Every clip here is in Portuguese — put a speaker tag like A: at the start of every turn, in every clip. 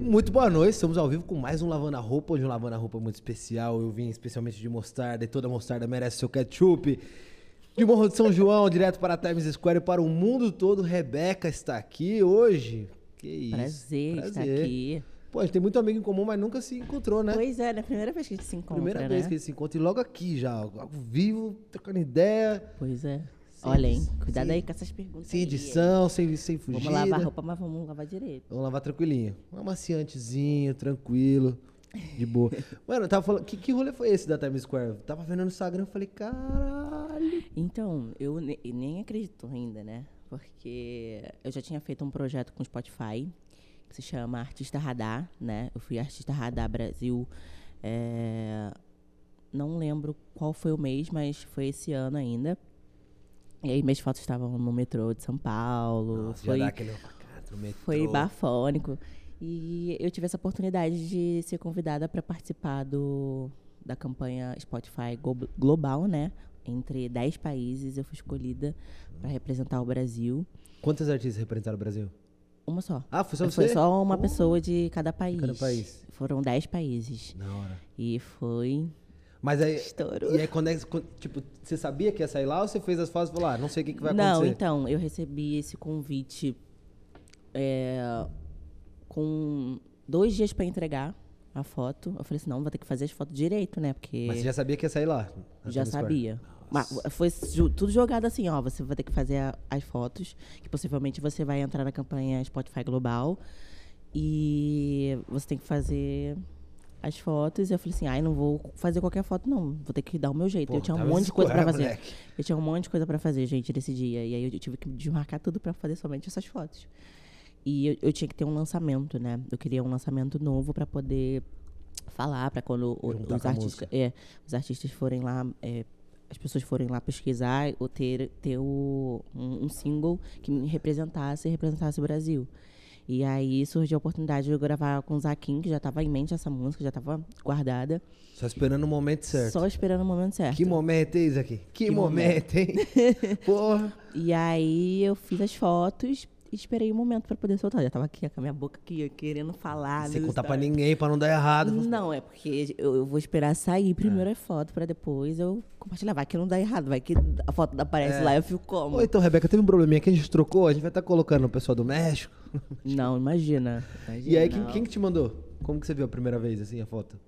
A: Muito boa noite, estamos ao vivo com mais um Lavando a Roupa, hoje um Lavando a Roupa muito especial. Eu vim especialmente de mostarda e toda mostarda merece seu ketchup. De Morro de São João, direto para a Times Square e para o mundo todo, Rebeca está aqui hoje. Que isso.
B: Prazer, estar aqui.
A: Pô, a gente tem muito amigo em comum, mas nunca se encontrou, né?
B: Pois é, na primeira vez que a gente se encontra,
A: Primeira
B: né?
A: vez que a gente se encontra e logo aqui já, ao vivo, trocando ideia,
B: Pois é. Olha, hein? Cuidado
A: sim.
B: aí com essas perguntas
A: sem
B: aí.
A: edição, sem, sem fugir.
B: Vamos lavar a roupa, mas vamos lavar direito.
A: Vamos lavar tranquilinho. Um amaciantezinho, tranquilo, de boa. Mano, eu tava falando, que, que rolê foi esse da Times Square? Eu Tava vendo no Instagram, eu falei, caralho.
B: Então, eu ne- nem acredito ainda, né? Porque eu já tinha feito um projeto com o Spotify, que se chama Artista Radar, né? Eu fui Artista Radar Brasil. é, Não lembro qual foi o mês, mas foi esse ano ainda. E aí minhas fotos estavam no metrô de São Paulo.
A: Nossa,
B: foi
A: já dá aquele alfacato, metrô.
B: Foi bafônico. E eu tive essa oportunidade de ser convidada para participar do, da campanha Spotify glo- Global, né? Entre 10 países, eu fui escolhida para representar o Brasil.
A: Quantas artistas representaram o Brasil?
B: Uma só.
A: Ah, foi só
B: Foi
A: você?
B: só uma
A: Pô,
B: pessoa de cada país.
A: cada país.
B: Foram 10 países.
A: Na hora.
B: E foi
A: Mas aí.
B: estouro.
A: E aí, quando é, que- quando- tipo, você sabia que ia sair lá ou você fez as fases e falou, ah, não sei o que, que vai
B: Não,
A: acontecer?
B: então, eu recebi esse convite é, com dois dias para entregar a foto. Eu falei assim, não, vou ter que fazer as fotos direito, né? Porque
A: Mas você já sabia que ia sair lá? na
B: já
A: Times Square?
B: sabia. Mas foi ju- tudo jogado assim, ó. Você vai ter que fazer a- as fotos, que possivelmente você vai entrar na campanha Spotify Global. E você tem que fazer as fotos. E eu falei assim, ai, não vou fazer qualquer foto, não. Vou ter que dar o meu jeito.
A: Pô,
B: eu tinha um
A: Times
B: monte de coisa pra
A: Square,
B: fazer.
A: moleque.
B: Eu tinha um monte de coisa pra fazer, gente, nesse dia. E aí eu tive que desmarcar tudo pra fazer somente essas fotos. E eu, eu tinha que ter um lançamento, né? Eu queria um lançamento novo pra poder falar, pra quando o-
A: Juntar
B: os
A: com a
B: artistas, é, os artistas forem lá, é, as pessoas forem lá pesquisar ou ter, ter o- um, um single que me representasse e representasse o Brasil. E aí surgiu a oportunidade de eu gravar com o Zaquim, que já tava em mente essa música, já tava guardada.
A: Só esperando o momento certo.
B: Só esperando o momento certo.
A: Que momento, hein, Isaac? Que, momento, hein? Porra.
B: E aí eu fiz as fotos e esperei o momento pra poder soltar. Eu já tava aqui ó, com a minha boca aqui, ó, querendo falar.
A: Sem
B: né,
A: contar pra
B: sabe?
A: ninguém, pra não dar errado.
B: Não, é porque eu, eu vou esperar sair primeiro
A: É.
B: a foto pra depois eu compartilhar. Vai que não dá errado, vai que a foto aparece lá e eu fico como?
A: Ô, então, Rebeca, teve um probleminha que a gente trocou, a gente vai estar colocando o pessoal do México.
B: Não, imagina.
A: E aí, quem,
B: Imagina.
A: quem que te mandou? Como que você viu a primeira vez, assim, a foto?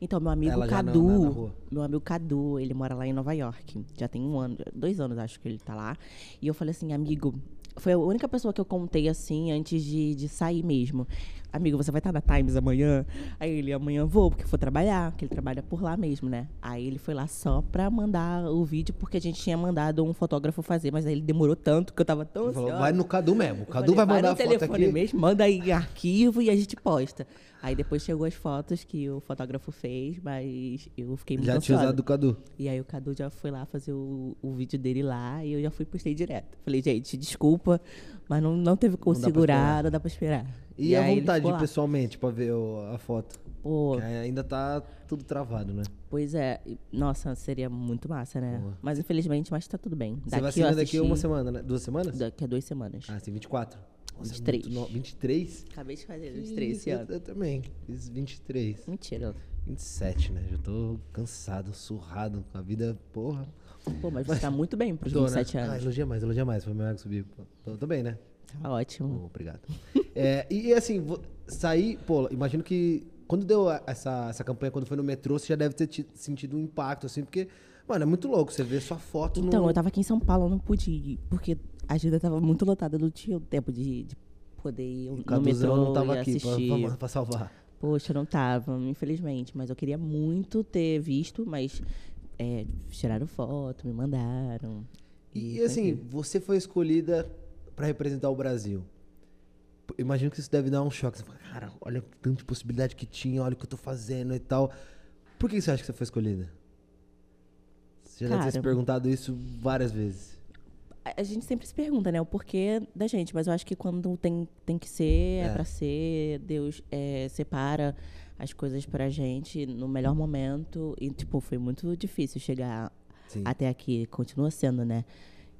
B: Então, meu amigo
A: Ela já na-
B: Cadu.
A: na- na rua.
B: Meu amigo Cadu, ele mora lá em Nova York. Já tem um ano, dois anos acho que ele tá lá. E eu falei assim, amigo. Foi a única pessoa que eu contei assim antes de, de sair mesmo. Amigo, você vai estar na Times amanhã? Aí ele, amanhã vou, porque vou trabalhar, porque ele trabalha por lá mesmo, né? Aí ele foi lá só pra mandar o vídeo, porque a gente tinha mandado um fotógrafo fazer, mas aí ele demorou tanto que eu tava tão
A: Ele falou,
B: ansiosa.
A: vai no Cadu mesmo. O
B: Eu
A: Cadu
B: falei,
A: vai mandar a
B: no
A: foto
B: telefone
A: aqui.
B: mesmo, manda aí em arquivo e a gente posta. Aí depois chegou as fotos que o fotógrafo fez, mas eu fiquei muito
A: Já tinha
B: ansiosa.
A: usado do Cadu.
B: E aí o Cadu já foi lá fazer o, o vídeo dele lá e eu já fui e postei direto. Falei, gente, desculpa, mas não, não teve como
A: Não dá pra esperar.
B: segurar, não dá pra esperar.
A: E, a
B: aí ele
A: vontade,
B: ficou lá.
A: pessoalmente, pra ver o- a foto?
B: Pô,
A: Que ainda tá tudo travado, né?
B: pois é. E- Nossa, seria muito massa, né? Mas infelizmente, mas tá tudo bem.
A: você
B: Daqui eu
A: vacina daqui
B: assisti-
A: uma semana, né? Duas semanas?
B: Daqui a duas semanas.
A: Ah, tem 24. Nossa, é
B: 23.
A: muito no- 23?
B: Acabei de fazer os três esse
A: Ih, eu-
B: ano.
A: Eu também. Fiz 23.
B: Mentira.
A: 27, né? Já tô cansado, surrado com a vida, porra.
B: Pô, mas você tá muito bem pros
A: Tô, né?
B: 27
A: Ah,
B: anos.
A: elogia mais, elogia mais. Foi meu ego subir. Tô, tô bem, né?
B: Tá ótimo.
A: Pô, obrigado. É, e e assim, vo- sair, pô, imagino que quando deu a- essa, essa campanha, quando foi no metrô, você já deve ter ti- sentido um impacto, assim, porque, mano, é muito louco. Você vê sua foto no.
B: Então, eu tava aqui em São Paulo, eu não pude ir, porque a agenda tava muito lotada, eu não tinha tempo de, de poder ir
A: o
B: no
A: Caduzão
B: metrô
A: não
B: e
A: tava aqui pra,
B: assistir.
A: pra- pra salvar.
B: Poxa, eu não tava, infelizmente, mas eu queria muito ter visto, mas é, tiraram foto, me mandaram.
A: E,
B: foi
A: assim,
B: aquilo.
A: você foi escolhida pra representar o Brasil. P- Imagino que isso deve dar um choque. Você fala, cara, olha o tanto de possibilidade que tinha, olha o que eu tô fazendo e tal. Por que você acha que você foi escolhida? Você já deve ter se
B: Cara.
A: perguntado isso várias vezes.
B: a a gente sempre se pergunta, né, o porquê da gente, mas eu acho que quando tem, tem que ser, é,
A: É.
B: pra ser, Deus é, separa as coisas pra gente no melhor momento. E, tipo, foi muito difícil chegar
A: Sim.
B: até aqui, continua sendo, né?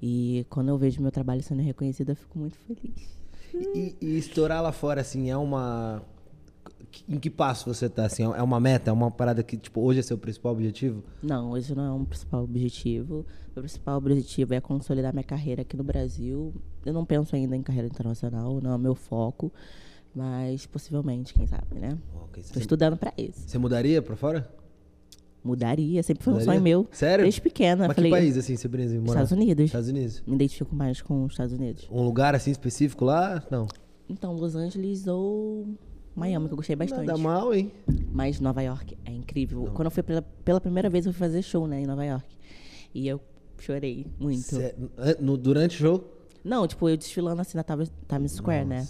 B: E quando eu vejo meu trabalho sendo reconhecido, eu fico muito feliz.
A: E, e estourar lá fora, assim, é uma. Em que passo você tá, assim? É uma meta? É uma parada que, tipo, hoje é seu principal objetivo?
B: Não, hoje não é um principal objetivo. Meu principal objetivo é consolidar minha carreira aqui no Brasil. Eu não penso ainda em carreira internacional, não é meu foco. Mas possivelmente, quem sabe, né?
A: Ok,
B: Tô
A: Você,
B: estudando pra isso.
A: você mudaria pra fora?
B: Mudaria, sempre foi um
A: Mudaria?
B: sonho meu.
A: Sério?
B: Desde pequena.
A: Mas
B: falei,
A: que país, assim, você pensa em morar?
B: Estados Unidos.
A: Estados Unidos.
B: Me identifico mais com os Estados Unidos.
A: Um lugar, assim, específico lá? Não.
B: Então, Los Angeles ou Miami, que eu gostei bastante.
A: Nada mal, hein?
B: Mas Nova York é incrível. Quando eu fui pela, pela primeira vez, eu fui fazer show, né, em Nova York. E eu chorei muito.
A: Cê- an- no- durante o jogo?
B: Não, tipo, eu desfilando assim na Tav- Times Square, né?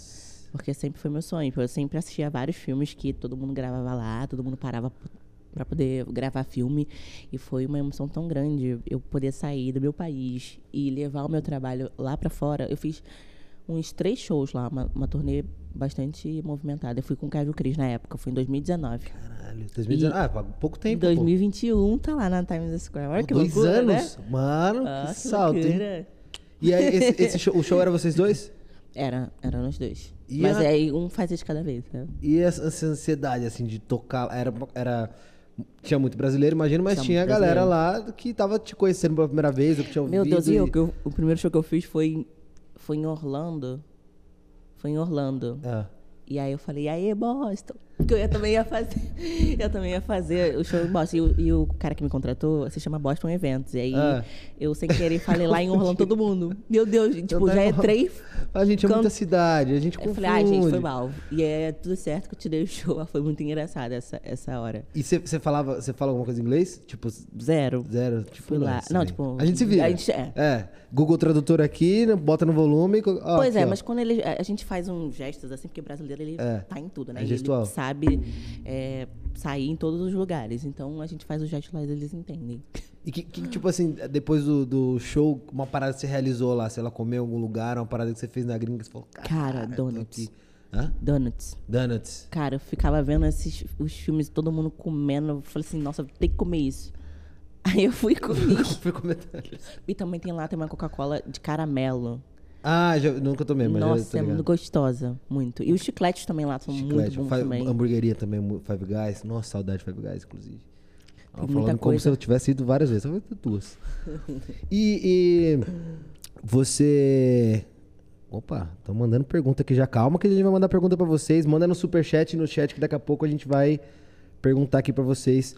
B: Porque sempre foi meu sonho. Eu sempre assistia vários filmes que todo mundo gravava lá, todo mundo parava p- pra poder gravar filme. E foi uma emoção tão grande eu poder sair do meu país e levar o meu trabalho lá pra fora. Eu fiz uns três shows lá, uma, uma turnê bastante movimentada. Eu fui com o Caju Cris na época, foi em 2019.
A: Caralho, 2019. Ah, pá, pouco
B: Em
A: tempo. pô.
B: 2021 tá lá na Times Square. Olha
A: Pô,
B: que
A: dois
B: loucura,
A: anos.
B: né?
A: Mano,
B: Ah,
A: que salto, hein?
B: loucura.
A: E aí, esse, esse show, o show era vocês dois?
B: Era, era nós dois.
A: E
B: Mas
A: a-
B: aí um faz isso de cada vez, né?
A: E essa, essa ansiedade, assim, de tocar. Era, era, tinha muito brasileiro, imagino, mas
B: Tinha
A: tinha a
B: muito
A: galera lá que tava te conhecendo pela primeira vez, ou que tinha ouvido.
B: Meu Deus, e
A: e-
B: eu, que eu- o primeiro show que eu fiz foi, em- foi em Orlando. Foi em Orlando.
A: Ah,
B: E aí eu falei, e aí, Boston? Porque eu também ia fazer. Eu também ia fazer o show em Boston. E o, e o cara que me contratou se chama Boston Eventos. E aí
A: Ah.
B: eu, sem querer, falei lá em Orlando todo mundo. Meu Deus, tipo,
A: tava-
B: já é três.
A: A gente é
B: Quando-
A: muita cidade, a gente
B: Eu
A: confunde.
B: falei, ai, gente, foi mal. E é tudo certo que eu tirei o show. mas Foi muito engraçado essa, essa hora.
A: E você falava, você fala alguma coisa em inglês? Tipo,
B: Zero.
A: zero, tipo,
B: Fui lá.
A: nossa,
B: Não,
A: né?
B: tipo,
A: A gente se vira.
B: a gente- é.
A: Google Tradutor aqui, né, bota no volume. co- ó,
B: Pois
A: aqui,
B: é,
A: ó.
B: mas quando ele, a a gente faz uns gestos assim, porque brasileiro ele
A: É.
B: tá em tudo, né?
A: É
B: E
A: gestual.
B: Ele sabe é, sair em todos os lugares. Então a gente faz os gestos lá e eles entendem.
A: E que, que, tipo assim, depois do, do show, uma parada que você realizou lá, sei lá, comeu em algum lugar, uma parada que você fez na gringa, que você falou, cara,
B: Cara,
A: tô
B: donuts.
A: aqui. Hã?
B: Donuts.
A: Donuts.
B: Cara, eu ficava vendo esses, os filmes, todo mundo comendo. Eu falei assim, nossa, tem que comer isso. Aí eu fui comer.
A: Foi comentário.
B: e também tem lá, tem uma Coca-Cola de caramelo.
A: Ah, já, nunca tomei, mas já tô
B: Nossa, é
A: ligado.
B: muito gostosa. Muito. E os chicletes também lá são Tipo, muito
A: Chiclete,
B: bons
A: Five-
B: também.
A: Hamburgueria também, mu- Five Guys. Nossa, saudade de Five Guys, inclusive. Ela
B: Tem
A: falando
B: muita
A: como
B: coisa.
A: se eu tivesse ido várias vezes. Talvez duas. e, e você... Opa, estão mandando pergunta aqui já. Calma que a gente vai mandar pergunta pra vocês. Manda no superchat e no chat que daqui a pouco a gente vai perguntar aqui pra vocês.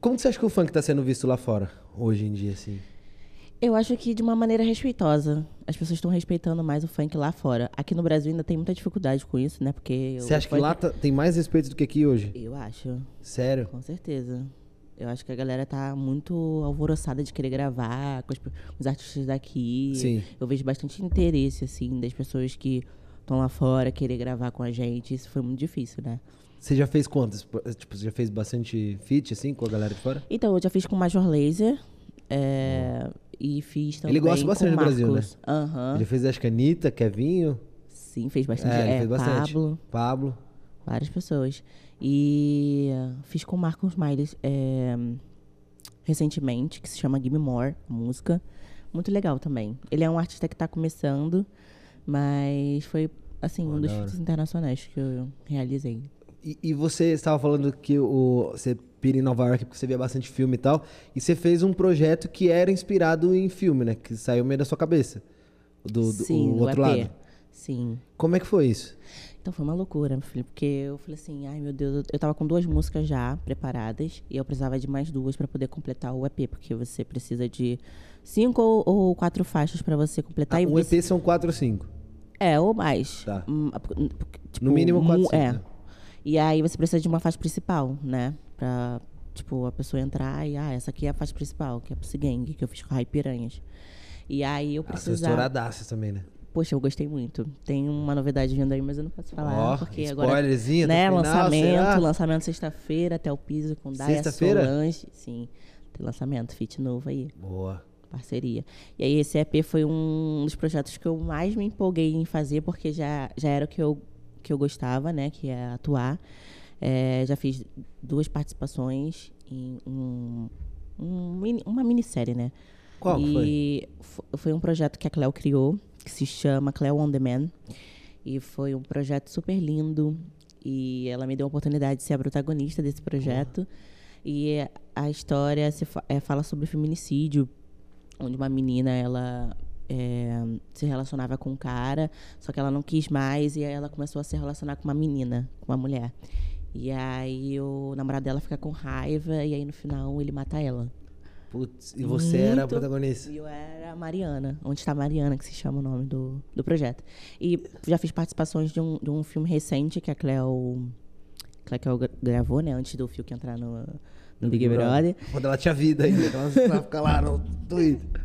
A: Como que você acha que o funk tá sendo visto lá fora, hoje em dia, assim?
B: Eu acho que de uma maneira respeitosa. As pessoas estão respeitando mais o funk lá fora. Aqui no Brasil ainda tem muita dificuldade com isso, né? Porque. o
A: Você acha que
B: funk-
A: lá tá- tem mais respeito do que aqui hoje?
B: Eu acho,
A: Sério?
B: com certeza. Eu acho que a galera tá muito alvoroçada de querer gravar com os, pe- com os artistas daqui.
A: Sim.
B: Eu vejo bastante interesse, assim, das pessoas que estão lá fora querer gravar com a gente. Isso foi muito difícil, né?
A: Você já fez quantas? Tipo, você já fez bastante feat, assim, com a galera de fora?
B: Então, eu já fiz com o Major Laser. é, E fiz também.
A: Ele gosta bastante
B: com
A: do Brasil, né?
B: Marcos. Aham.
A: Já fez, acho que Anitta, Kevinho.
B: Sim, fez bastante.
A: É, ele fez bastante.
B: Pablo.
A: Pablo.
B: Várias pessoas. E ah, fiz com o Marcos Miles é, recentemente, que se chama Gimme More, a música. Muito legal também. Ele é um artista que tá começando, mas foi, assim, um dos feats internacionais que eu realizei.
A: E, e você estava falando que o, você pira em Nova York porque você via bastante filme e tal. E você fez um projeto que era inspirado em filme, né? Que saiu meio da sua cabeça. Do, do-
B: Sim,
A: o
B: do
A: outro
B: EP.
A: lado.
B: Sim.
A: Como é que foi isso?
B: Então foi uma loucura, meu filho, porque eu falei assim, ai meu Deus, eu- eu tava com duas músicas já preparadas e eu precisava de mais duas pra poder completar o EP, porque você precisa de cinco ou, ou quatro faixas pra você completar.
A: Ah,
B: e
A: um
B: você-
A: EP são quatro ou cinco.
B: É, ou mais.
A: Tá.
B: Hum, a- porque- porque, tipo,
A: No mínimo
B: mu-
A: quatro, cinco,
B: É.
A: né?
B: E aí você precisa de uma faixa principal, né? Pra, tipo, a pessoa entrar e, ah, essa aqui é a faixa principal, que é a Psy Gang, que eu fiz com a Rai Piranhas. E aí eu
A: Ah, são
B: precisava.
A: estouradaças também, né?
B: Poxa, eu gostei muito. Tem uma novidade vindo aí, mas eu não posso falar.
A: Ó,
B: porque agora.
A: spoilerzinho do
B: Né,
A: final, será?
B: lançamento, lançamento sexta-feira, até o piso com Daya
A: Sexta-feira?
B: Solange. Sim, tem lançamento, fit novo aí
A: Boa.
B: parceria. E aí esse EP foi um dos projetos que eu mais me empolguei em fazer, porque já, já era o que eu, que eu gostava, né? Que é atuar. É, já fiz duas participações em um, um- mini- uma minissérie, né?
A: Qual que
B: e foi? foi um projeto que a Cleo criou, que se chama Cleo On Demand. E foi um projeto super lindo. E ela me deu a oportunidade de ser a protagonista desse projeto. E a história se fa- é, fala sobre feminicídio, onde uma menina, ela é, se relacionava com um cara, só que ela não quis mais, e aí ela começou a se relacionar com uma menina, com uma mulher. E aí o namorado dela fica com raiva, e aí no final ele mata ela.
A: Putz, e você era a
B: Muito-
A: protagonista.
B: E eu era a Mariana, onde está Mariana, que se chama o nome do, do projeto. E já fiz participações de um, de um filme recente que a Cleo, Cleo gra- gravou, né? Antes do Fiuk entrar no, no Big, Brother.
A: Quando ela tinha vida ainda, que ela ela fica lá no Twitter.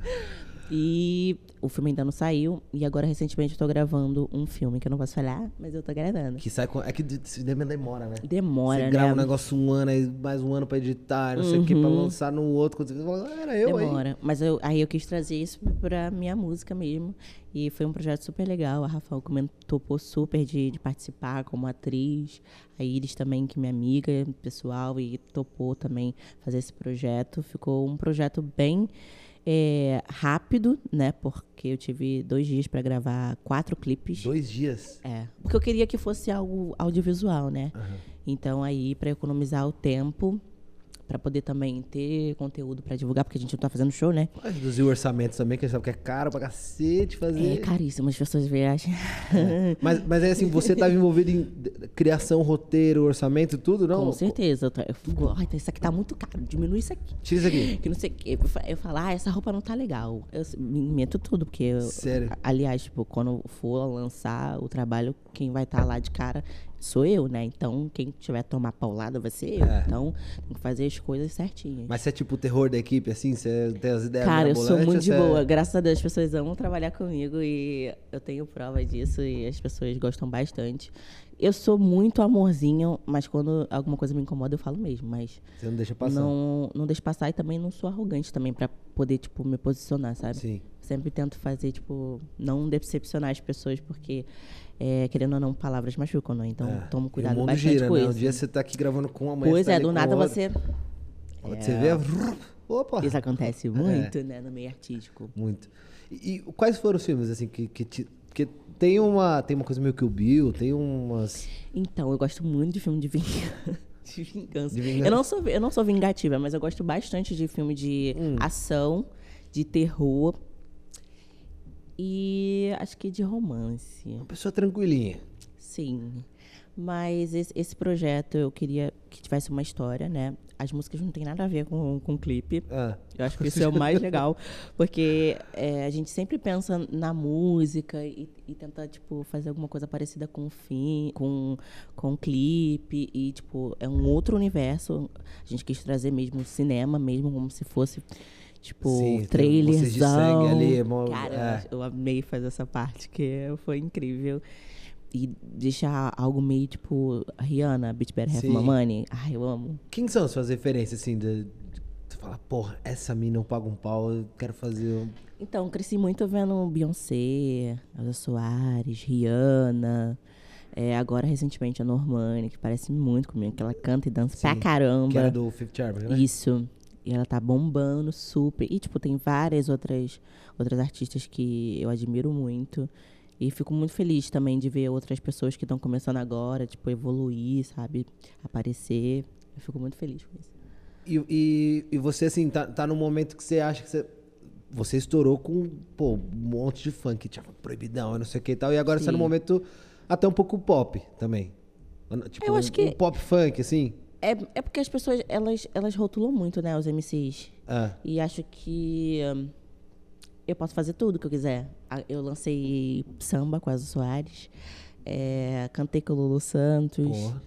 B: E o filme ainda não saiu. E agora, recentemente, eu tô gravando um filme que eu não posso falar, mas eu tô gravando.
A: Que sai com... É que de- se demora, demora, né?
B: Demora,
A: você grava
B: né?
A: um negócio um ano, aí mais um ano pra editar, não sei o que, pra lançar no outro. Quando você fala, ah, era eu aí.
B: Uhum. Demora. Mas eu, aí eu quis trazer isso pra minha música mesmo. E foi um projeto super legal. A Rafael comentou, topou super de, de participar como atriz. A Iris também, que é minha amiga pessoal, e topou também fazer esse projeto. Ficou um projeto bem eh, rápido, né? Porque eu tive dois dias pra gravar quatro clipes.
A: Dois dias.
B: É, porque eu queria que fosse algo audiovisual, né? Então aí para economizar o tempo, para poder também ter conteúdo para divulgar, porque a gente não tá fazendo show, né?
A: Pode reduzir o orçamento também, que a gente sabe que é caro pra cacete
B: É
A: fazer.
B: caríssimo, as pessoas viajam.
A: Mas, mas é assim, você tava envolvido em d- criação, roteiro, orçamento, tudo, não?
B: Com certeza. Eu, tô- eu fico, ai, isso aqui tá muito caro, diminui isso aqui.
A: Tira isso aqui.
B: Que não sei o quê. Eu fa- Eu falo, ah, essa roupa não tá legal. Eu s- me meto tudo, porque. eu-
A: Sério?
B: a- aliás, tipo, quando for lançar o trabalho, quem vai estar lá de cara sou eu, né? Então, quem tiver que tomar paulada vai ser eu.
A: É.
B: Então, tem que fazer as coisas certinhas.
A: Mas você é tipo o terror da equipe, assim? Você tem as ideias
B: Cara, eu sou
A: mirabolantes,
B: muito de
A: você é-
B: boa. Graças a Deus, as pessoas amam trabalhar comigo e eu tenho prova disso e as pessoas gostam bastante. Eu sou muito amorzinho, mas quando alguma coisa me incomoda, eu falo mesmo. Mas
A: Você não deixa passar.
B: não, não deixo passar e também não sou arrogante também pra poder, tipo, me posicionar, sabe?
A: Sim.
B: Sempre tento fazer, tipo, não decepcionar as pessoas, porque, é, querendo ou não, palavras machucam, né? Então,
A: É.
B: tomo
A: E
B: cuidado
A: o mundo
B: bastante
A: gira,
B: com
A: né?
B: isso.
A: Um dia você tá aqui gravando com uma mãe.
B: pois
A: tá
B: é,
A: ali
B: do
A: com
B: nada
A: outra.
B: você... É.
A: Quando você vê, vrr, opa!
B: Isso
A: É.
B: acontece muito, né, no meio artístico.
A: Muito. E, e quais foram os filmes, assim, que, que te- Porque tem uma, tem uma coisa meio que o Bill, tem umas...
B: Então, eu gosto muito de filme de vingança. De vingança.
A: De vingança.
B: Eu, não sou, eu não sou vingativa, mas eu gosto bastante de filme de
A: Hum.
B: ação, de terror. E acho que de romance.
A: Uma pessoa tranquilinha.
B: Sim. Mas esse, esse projeto eu queria que tivesse uma história, né? As músicas não tem nada a ver com, com o clipe.
A: Ah,
B: Eu acho que isso é o mais legal, porque é, a gente sempre pensa na música e, e tenta, tipo, fazer alguma coisa parecida com o fim, com, com o clipe, e, tipo, é um outro universo. A gente quis trazer mesmo o cinema, mesmo como se fosse, tipo,
A: Sim, tem vocês de sangue
B: trailerzão.
A: ali, é mó-
B: Cara, eu
A: é.
B: acho- eu amei fazer essa parte, que foi incrível. E deixar algo meio, tipo, Rihanna, Bitch Better Have
A: Sim.
B: My Money. Ai, eu amo.
A: quem são as suas referências, assim, de... Você fala, porra, essa mina eu pago um pau, eu quero fazer... um-
B: Então, cresci muito vendo Beyoncé, Elza Soares, Rihanna. É, agora, recentemente, a Normani, que parece muito comigo, que ela canta e dança pra
A: Sim, Que
B: caramba.
A: era do Fifth Harmony, né?
B: Isso. E ela tá bombando super. E, tipo, tem várias outras, outras artistas que eu admiro muito. E fico muito feliz também de ver outras pessoas que estão começando agora, tipo, evoluir, sabe? Aparecer. Eu fico muito feliz com isso.
A: E, e, e você, assim, tá, tá num momento que você acha que você. Você estourou com, pô, um monte de funk, tipo, proibidão, eu não sei o que e tal. E agora você tá num
B: Sim.
A: momento até um pouco pop também. Tipo,
B: Eu acho
A: um,
B: que-
A: um pop funk, assim.
B: É, é porque as pessoas, elas, elas rotulam muito, né, os MCs.
A: Ah,
B: E acho que hum, eu posso fazer tudo que eu quiser. A- Eu lancei samba com a Azul Soares, é, cantei com o Lulu Santos.
A: Porra.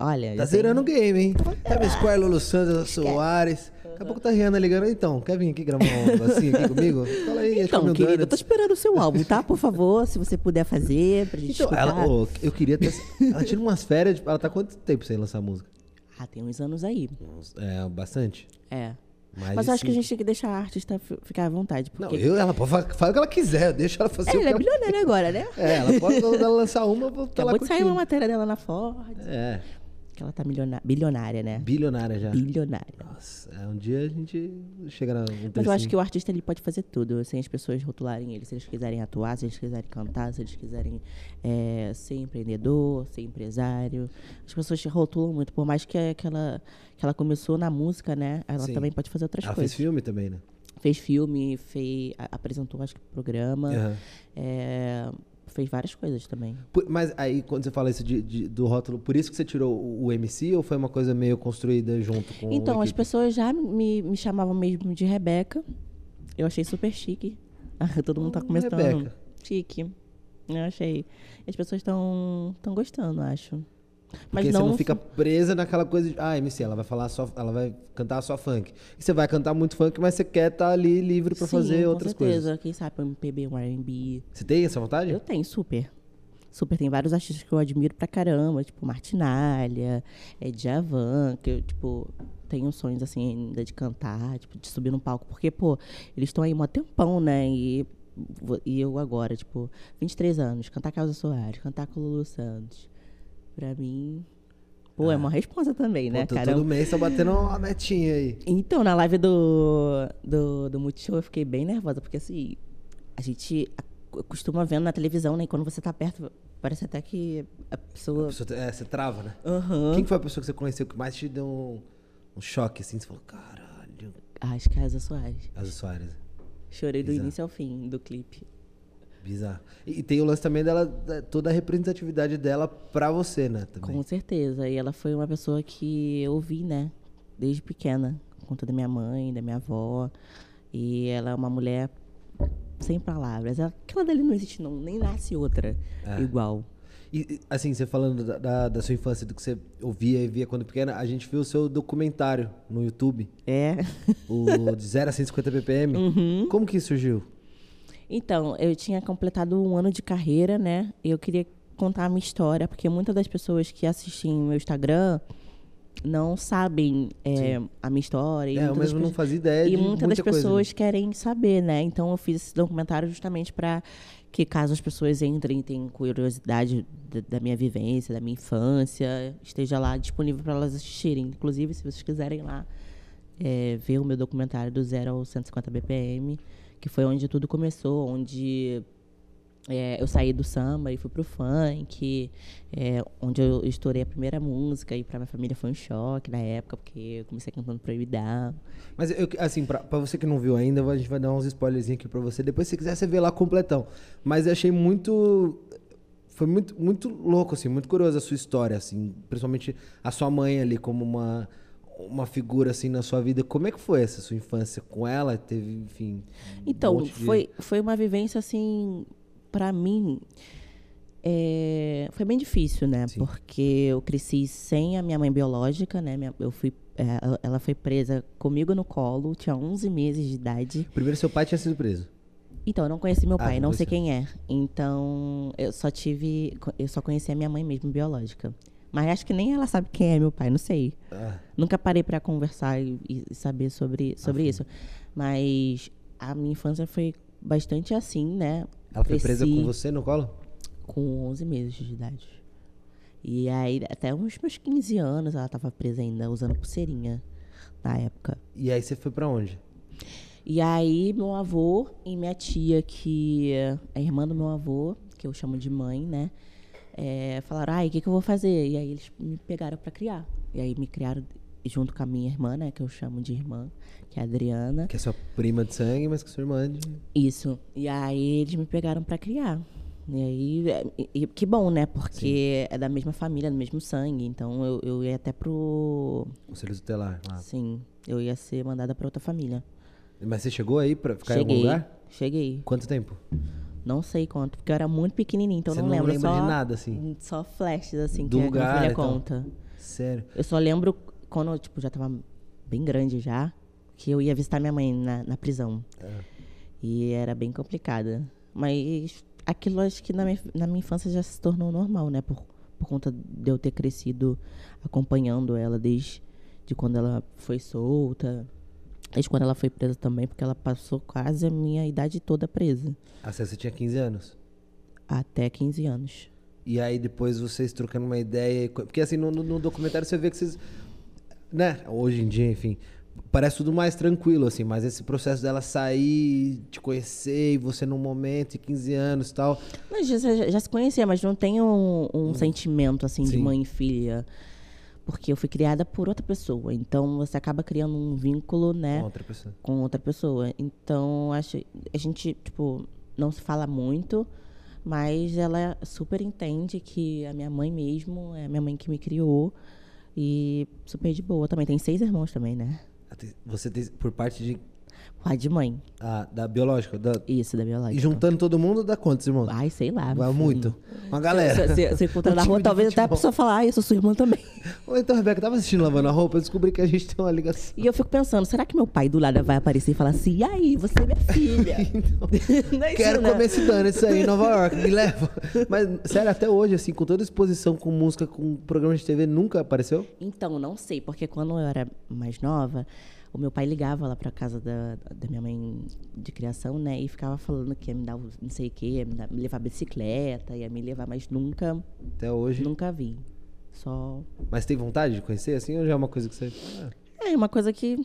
B: Olha,
A: tá
B: eu tenho-
A: zerando o game, hein?
B: Então
A: Kevin Square, Lulu Santos, Soares. Daqui a pouco tá a Rihanna ligando. Então, quer vir aqui gravar um negocinho aqui comigo? Fala aí, acho que eu
B: Então,
A: me
B: querida, eu tô
A: dou-
B: esperando o seu álbum, tá? Por favor, se você puder fazer pra gente
A: Então,
B: escutar.
A: ela, ô, eu queria ter. Ela tira umas férias. de- Ela tá quanto tempo sem lançar música?
B: Ah, tem uns anos aí.
A: Uns- É, bastante.
B: É.
A: Mais
B: Mas
A: de
B: eu acho que a
A: cinco.
B: gente tem que deixar a artista fi- ficar à vontade. Porque
A: Não, eu, ela pode fa- fazer o que ela quiser, deixa ela fazer o
B: ela
A: que
B: é
A: ela...
B: bilionária agora, né?
A: É, ela pode ela lançar uma, eu vou
B: Acabou
A: falar
B: de sair uma matéria dela na Ford.
A: É.
B: que que ela tá milionária, bilionária, né?
A: Bilionária já.
B: Bilionária.
A: Nossa, é, um dia a gente chega na. no
B: Mas eu acho
A: precinho.
B: que o artista ele pode fazer tudo, sem as pessoas rotularem ele. Se eles quiserem atuar, se eles quiserem cantar, se eles quiserem eh, ser empreendedor, ser empresário. As pessoas te rotulam muito, por mais que, é- que, ela, que ela começou na música, né? Ela
A: Sim.
B: também pode fazer outras
A: Ela
B: coisas.
A: fez filme também, né?
B: Fez filme, fez, a- apresentou, acho que, programa.
A: Aham.
B: eh, fez várias coisas também.
A: Por- Mas aí, quando você fala isso de- de- do rótulo, por isso que você tirou o, o MC ou foi uma coisa meio construída junto com
B: Então,
A: a
B: as
A: equipe?
B: pessoas já me, me chamavam mesmo de Rebeca. Eu achei super chique. Ah, Todo mundo tá
A: Hum,
B: começando.
A: Rebeca.
B: Chique. Eu achei. As pessoas estão tão gostando, acho. Mas
A: Porque
B: não,
A: você não fica presa naquela coisa de, ah, MC, ela vai falar só, ela vai cantar só funk. E você vai cantar muito funk, mas você quer estar ali livre pra
B: Sim,
A: fazer
B: com
A: outras
B: certeza.
A: coisas.
B: Quem sabe um MPB, um R&B.
A: Você tem essa vontade?
B: Eu tenho, super. Super, tem vários artistas que eu admiro pra caramba, tipo Martinalha, é, Djavan, que eu, tipo, tenho sonhos, assim, ainda de cantar, tipo, de subir no palco, porque, pô, eles estão aí mó tempão, né, e, vo- e eu agora, tipo, 23 anos, cantar Carlos Soares, cantar com o Lulu Santos, pra mim, pô, é uma responsa também,
A: Ah. Pô,
B: né,
A: tô-
B: cara?
A: todo mês tá batendo uma metinha aí.
B: Então, na live do, do, do Multishow, eu fiquei bem nervosa, porque assim, a gente ac- costuma vendo na televisão, né? E quando você tá perto, parece até que a
A: A
B: pessoa.
A: pessoa te- é, você trava, né?
B: Aham.
A: Quem que foi a pessoa que você conheceu que mais te deu um, um choque, assim? Você falou, caralho,
B: Ah, As Casas Soares.
A: Azul Soares.
B: Chorei do
A: Exato.
B: início ao fim do clipe.
A: Bizarro. E, e tem o lance também dela, da- toda a representatividade dela pra você, né? Também.
B: Com certeza. E ela foi uma pessoa que eu vi, né? Desde pequena. por Conta da minha mãe, da minha avó. E ela é uma mulher sem palavras. Aquela dele não existe, não. Nem nasce outra
A: É.
B: igual.
A: E, e, assim, você falando da, da- da sua infância, do que você ouvia e via quando pequena, a gente viu o seu documentário no YouTube,
B: É.
A: o de 0 a 150 ppm.
B: Uhum.
A: Como que isso surgiu?
B: Então, eu tinha completado um ano de carreira, né? E eu queria contar a minha história, porque muitas das pessoas que assistem meu Instagram não sabem é, a minha história. e
A: É, eu
B: muitas das
A: mesmo não
B: pessoas-
A: fazia ideia
B: E
A: de
B: muitas das
A: muita coisa, né?
B: pessoas querem saber, né? Então, eu fiz esse documentário justamente para que caso as pessoas entrem e tenham curiosidade da, da minha vivência, da minha infância, esteja lá disponível para elas assistirem. Inclusive, se vocês quiserem lá é, ver o meu documentário do zero ao 150 BPM, que foi onde tudo começou, onde é, eu saí do samba e fui pro funk, é, onde eu estourei a primeira música e pra minha família foi um choque na época, porque eu comecei cantando Proibidão.
A: Mas, eu, assim, pra, pra você que não viu ainda, a gente vai dar uns spoilerzinhos aqui pra você. Depois, se quiser, você vê lá completão. Mas eu achei muito... Foi muito, muito louco, assim, muito curiosa a sua história, assim. Principalmente a sua mãe ali como uma, uma figura, assim, na sua vida. Como é que foi essa sua infância com ela? Teve, enfim... um
B: Então,
A: monte de-
B: foi, foi uma vivência, assim, pra mim, é, foi bem difícil, né?
A: Sim.
B: Porque eu cresci sem a minha mãe biológica, né? Minha- Eu fui, é, ela- ela foi presa comigo no colo, tinha 11 meses de idade.
A: Primeiro, seu pai tinha sido preso.
B: Então, eu não conheci meu
A: Ah,
B: pai,
A: não
B: não, sei
A: conheceu.
B: quem é. Então, eu só tive. Eu só conheci a minha mãe mesmo, biológica. Mas acho que nem ela sabe quem é meu pai, não sei.
A: Ah,
B: Nunca parei pra conversar e, e saber sobre, sobre isso. Mas a minha infância foi bastante assim, né?
A: ela foi presa
B: Cresci
A: com você no colo?
B: Com 11 meses de idade. E aí, até uns meus 15 anos, ela tava presa ainda, usando pulseirinha na época.
A: E aí você foi pra onde?
B: E aí, meu avô e minha tia, que é a irmã do meu avô, que eu chamo de mãe, né? É, falaram, ai, o que, que eu vou fazer? E aí eles me pegaram pra criar. E aí me criaram junto com a minha irmã, né? Que eu chamo de irmã, que é a Adriana.
A: Que é sua prima de sangue, mas que sua irmã de...
B: Isso. E aí eles me pegaram pra criar. E aí, é, e- e que bom, né? Porque é da mesma família, do mesmo sangue. Então eu, eu ia até pro.
A: Conselho tutelar. lá.
B: Sim, eu ia ser mandada pra outra família.
A: Mas você chegou aí pra ficar em algum
B: cheguei.
A: lugar?
B: Cheguei.
A: Quanto tempo?
B: Não sei quanto, porque eu era muito pequenininha, então
A: Você
B: eu não,
A: não
B: lembro.
A: lembra
B: só,
A: de nada, assim?
B: Só flashes, assim,
A: Do
B: que a
A: lugar então.
B: minha
A: e
B: filha
A: tal.
B: conta.
A: Sério.
B: Eu só lembro quando eu, tipo, já tava bem grande já, que eu ia visitar minha mãe na, na prisão.
A: É.
B: E era bem complicada. Mas aquilo acho que na minha, na minha infância já se tornou normal, né? Por, por conta de eu ter crescido acompanhando ela desde de quando ela foi solta. Desde quando ela foi presa também, porque ela passou quase a minha idade toda presa.
A: Ah, você você tinha 15 anos?
B: Até 15 anos.
A: E aí depois vocês trocando uma ideia. e co- Porque assim, no, no- no documentário você vê que vocês. Né? Hoje em dia, enfim. Parece tudo mais tranquilo, assim, mas esse processo dela sair, te conhecer, e você num momento, e 15 anos e tal.
B: Mas já, já- já se conhecia, mas não tem um, um sentimento assim de
A: Sim.
B: mãe e filha. Porque eu fui criada por outra pessoa. Então você acaba criando um vínculo, né?
A: Com outra pessoa.
B: com outra pessoa. Então, acho a gente, tipo, não se fala muito, mas ela super entende que a minha mãe mesmo, é a minha mãe que me criou. E super de boa também. Tem seis irmãos também, né?
A: Até- Você tem, por parte de,
B: Pai de mãe.
A: ah, da biológica. da-
B: Isso, da
A: e
B: biológica.
A: juntando todo mundo, dá quantos, irmão?
B: Ai, sei lá.
A: Vai
B: filho.
A: muito. Uma galera.
B: Se- Se se encontrar
A: Um
B: na
A: time
B: rua,
A: de
B: talvez até a
A: futebol.
B: pessoa falar, ah, eu sou sua irmã também.
A: Ou então, Rebeca, tava assistindo Lavando a Roupa, eu descobri que a gente tem uma ligação.
B: E eu fico pensando, será que meu pai do lado vai aparecer e falar assim, e aí, você é minha filha? Não é isso,
A: Então, Quero
B: né?
A: comer esse dano, isso aí, em Nova York, me leva. Mas, sério, até hoje, assim, com toda exposição, com música, com programa de TV, nunca apareceu?
B: Então, não sei, porque quando eu era mais nova, o meu pai ligava lá pra casa da, da minha mãe de criação, né? E ficava falando que ia me dar o- não sei o quê, ia me, dar- me levar bicicleta, ia me levar, mas nunca,
A: Até hoje.
B: nunca vi. Só.
A: Mas tem vontade de conhecer, assim, ou já é uma coisa que você... Ah,
B: É uma coisa que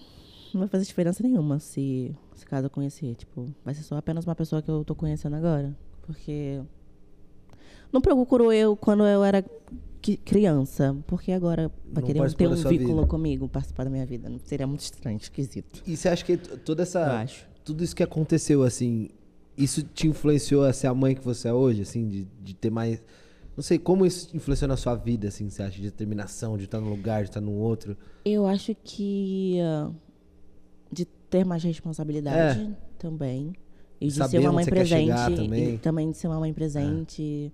B: não vai fazer diferença nenhuma se, se caso eu conhecer. Tipo, vai ser só apenas uma pessoa que eu tô conhecendo agora. Porque. Não procurou eu quando eu era qui- criança. Porque agora, pra
A: Não
B: querer
A: participou
B: ter um
A: da sua
B: vínculo
A: vida.
B: comigo, participar da minha vida, não- seria muito estranho, esquisito.
A: E você acha que t- toda
B: Eu
A: essa...
B: acho.
A: Tudo isso que aconteceu, assim, isso te influenciou a ser a mãe que você é hoje, assim, de, de ter mais... Não sei, como isso influenciou na sua vida, assim, você acha? De determinação, de estar num lugar, de estar num outro.
B: Eu acho que ah, de ter mais responsabilidade também. E de
A: É. Saber
B: ser uma
A: onde
B: mãe
A: você quer
B: presente.
A: chegar também. É.
B: E também de ser uma mãe presente.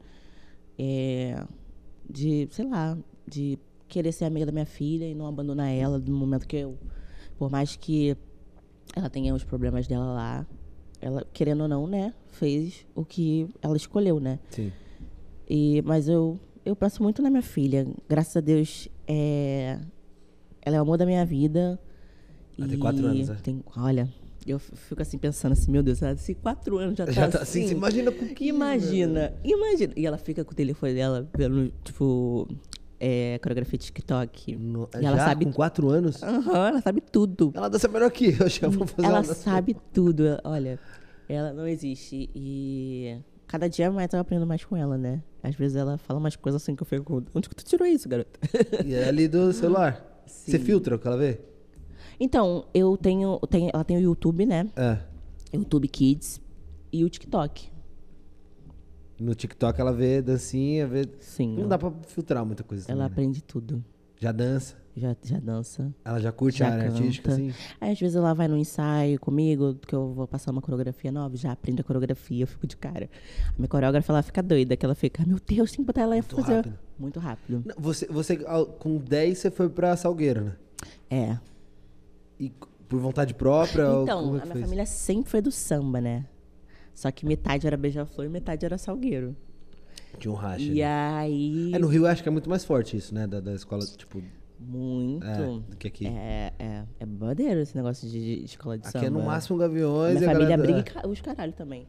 B: é, de, sei lá, de querer ser amiga da minha filha e não abandonar ela no momento que eu. Por mais que ela tenha os problemas dela lá, ela, querendo ou não, né? Fez o que ela escolheu, né?
A: Sim.
B: E, mas eu, eu penso muito na minha filha. Graças a Deus, é, ela é o amor da minha vida.
A: Ela
B: e
A: tem quatro anos, né?
B: tem- olha, eu f- fico assim pensando assim, meu Deus, ela se quatro anos já tá,
A: Já tá assim, você imagina com
B: que imagina, imagina. E ela fica com o telefone dela vendo, tipo, é, coreografia de TikTok.
A: No-
B: e ela
A: já
B: sabe,
A: com quatro anos?
B: Aham, ela sabe tudo.
A: Ela dança melhor que eu, já vou fazer
B: Ela
A: uma dança.
B: sabe tudo. ela- Olha, ela não existe. E cada dia mais eu aprendo mais com ela, né? Às vezes ela fala umas coisas assim que eu fico. Onde que tu tirou isso, garota?
A: E é ali do celular. Você filtra o que ela vê?
B: então, eu tenho, tenho. Ela tem o YouTube, né?
A: É.
B: YouTube Kids e o TikTok.
A: No TikTok ela vê dancinha, vê.
B: Sim.
A: Não
B: ela-
A: dá pra filtrar muita coisa.
B: ela
A: também, né?
B: aprende tudo.
A: Já dança.
B: Já, já dança.
A: Ela já curte
B: Já
A: a área
B: canta.
A: artística, assim.
B: Aí às vezes ela vai no ensaio comigo, que eu vou passar uma coreografia nova, já aprende a coreografia, eu fico de cara. A minha coreógrafa ela fica doida, que ela fica, "Ah, meu Deus, tem que botar ela a
A: Muito
B: fazer.
A: rápido.
B: Muito rápido.
A: Não, Você, você, ao- com 10, você foi pra Salgueiro, né?
B: É.
A: E c- por vontade própria? ou
B: Então,
A: como é
B: a
A: que
B: minha
A: foi isso?
B: família sempre foi do samba, né? Só que metade era beija-flor e metade era salgueiro.
A: Tinha um racha.
B: E
A: né?
B: aí.
A: É, no Rio eu acho que é muito mais forte isso, né? Da, da escola, tipo,
B: Muito.
A: é, do que aqui.
B: É, é, é bandeiro esse negócio de, de- de escola de
A: aqui
B: samba.
A: é no máximo Gaviões
B: Minha
A: e a
B: família
A: galera-
B: briga
A: é.
B: e ca- os caralho também.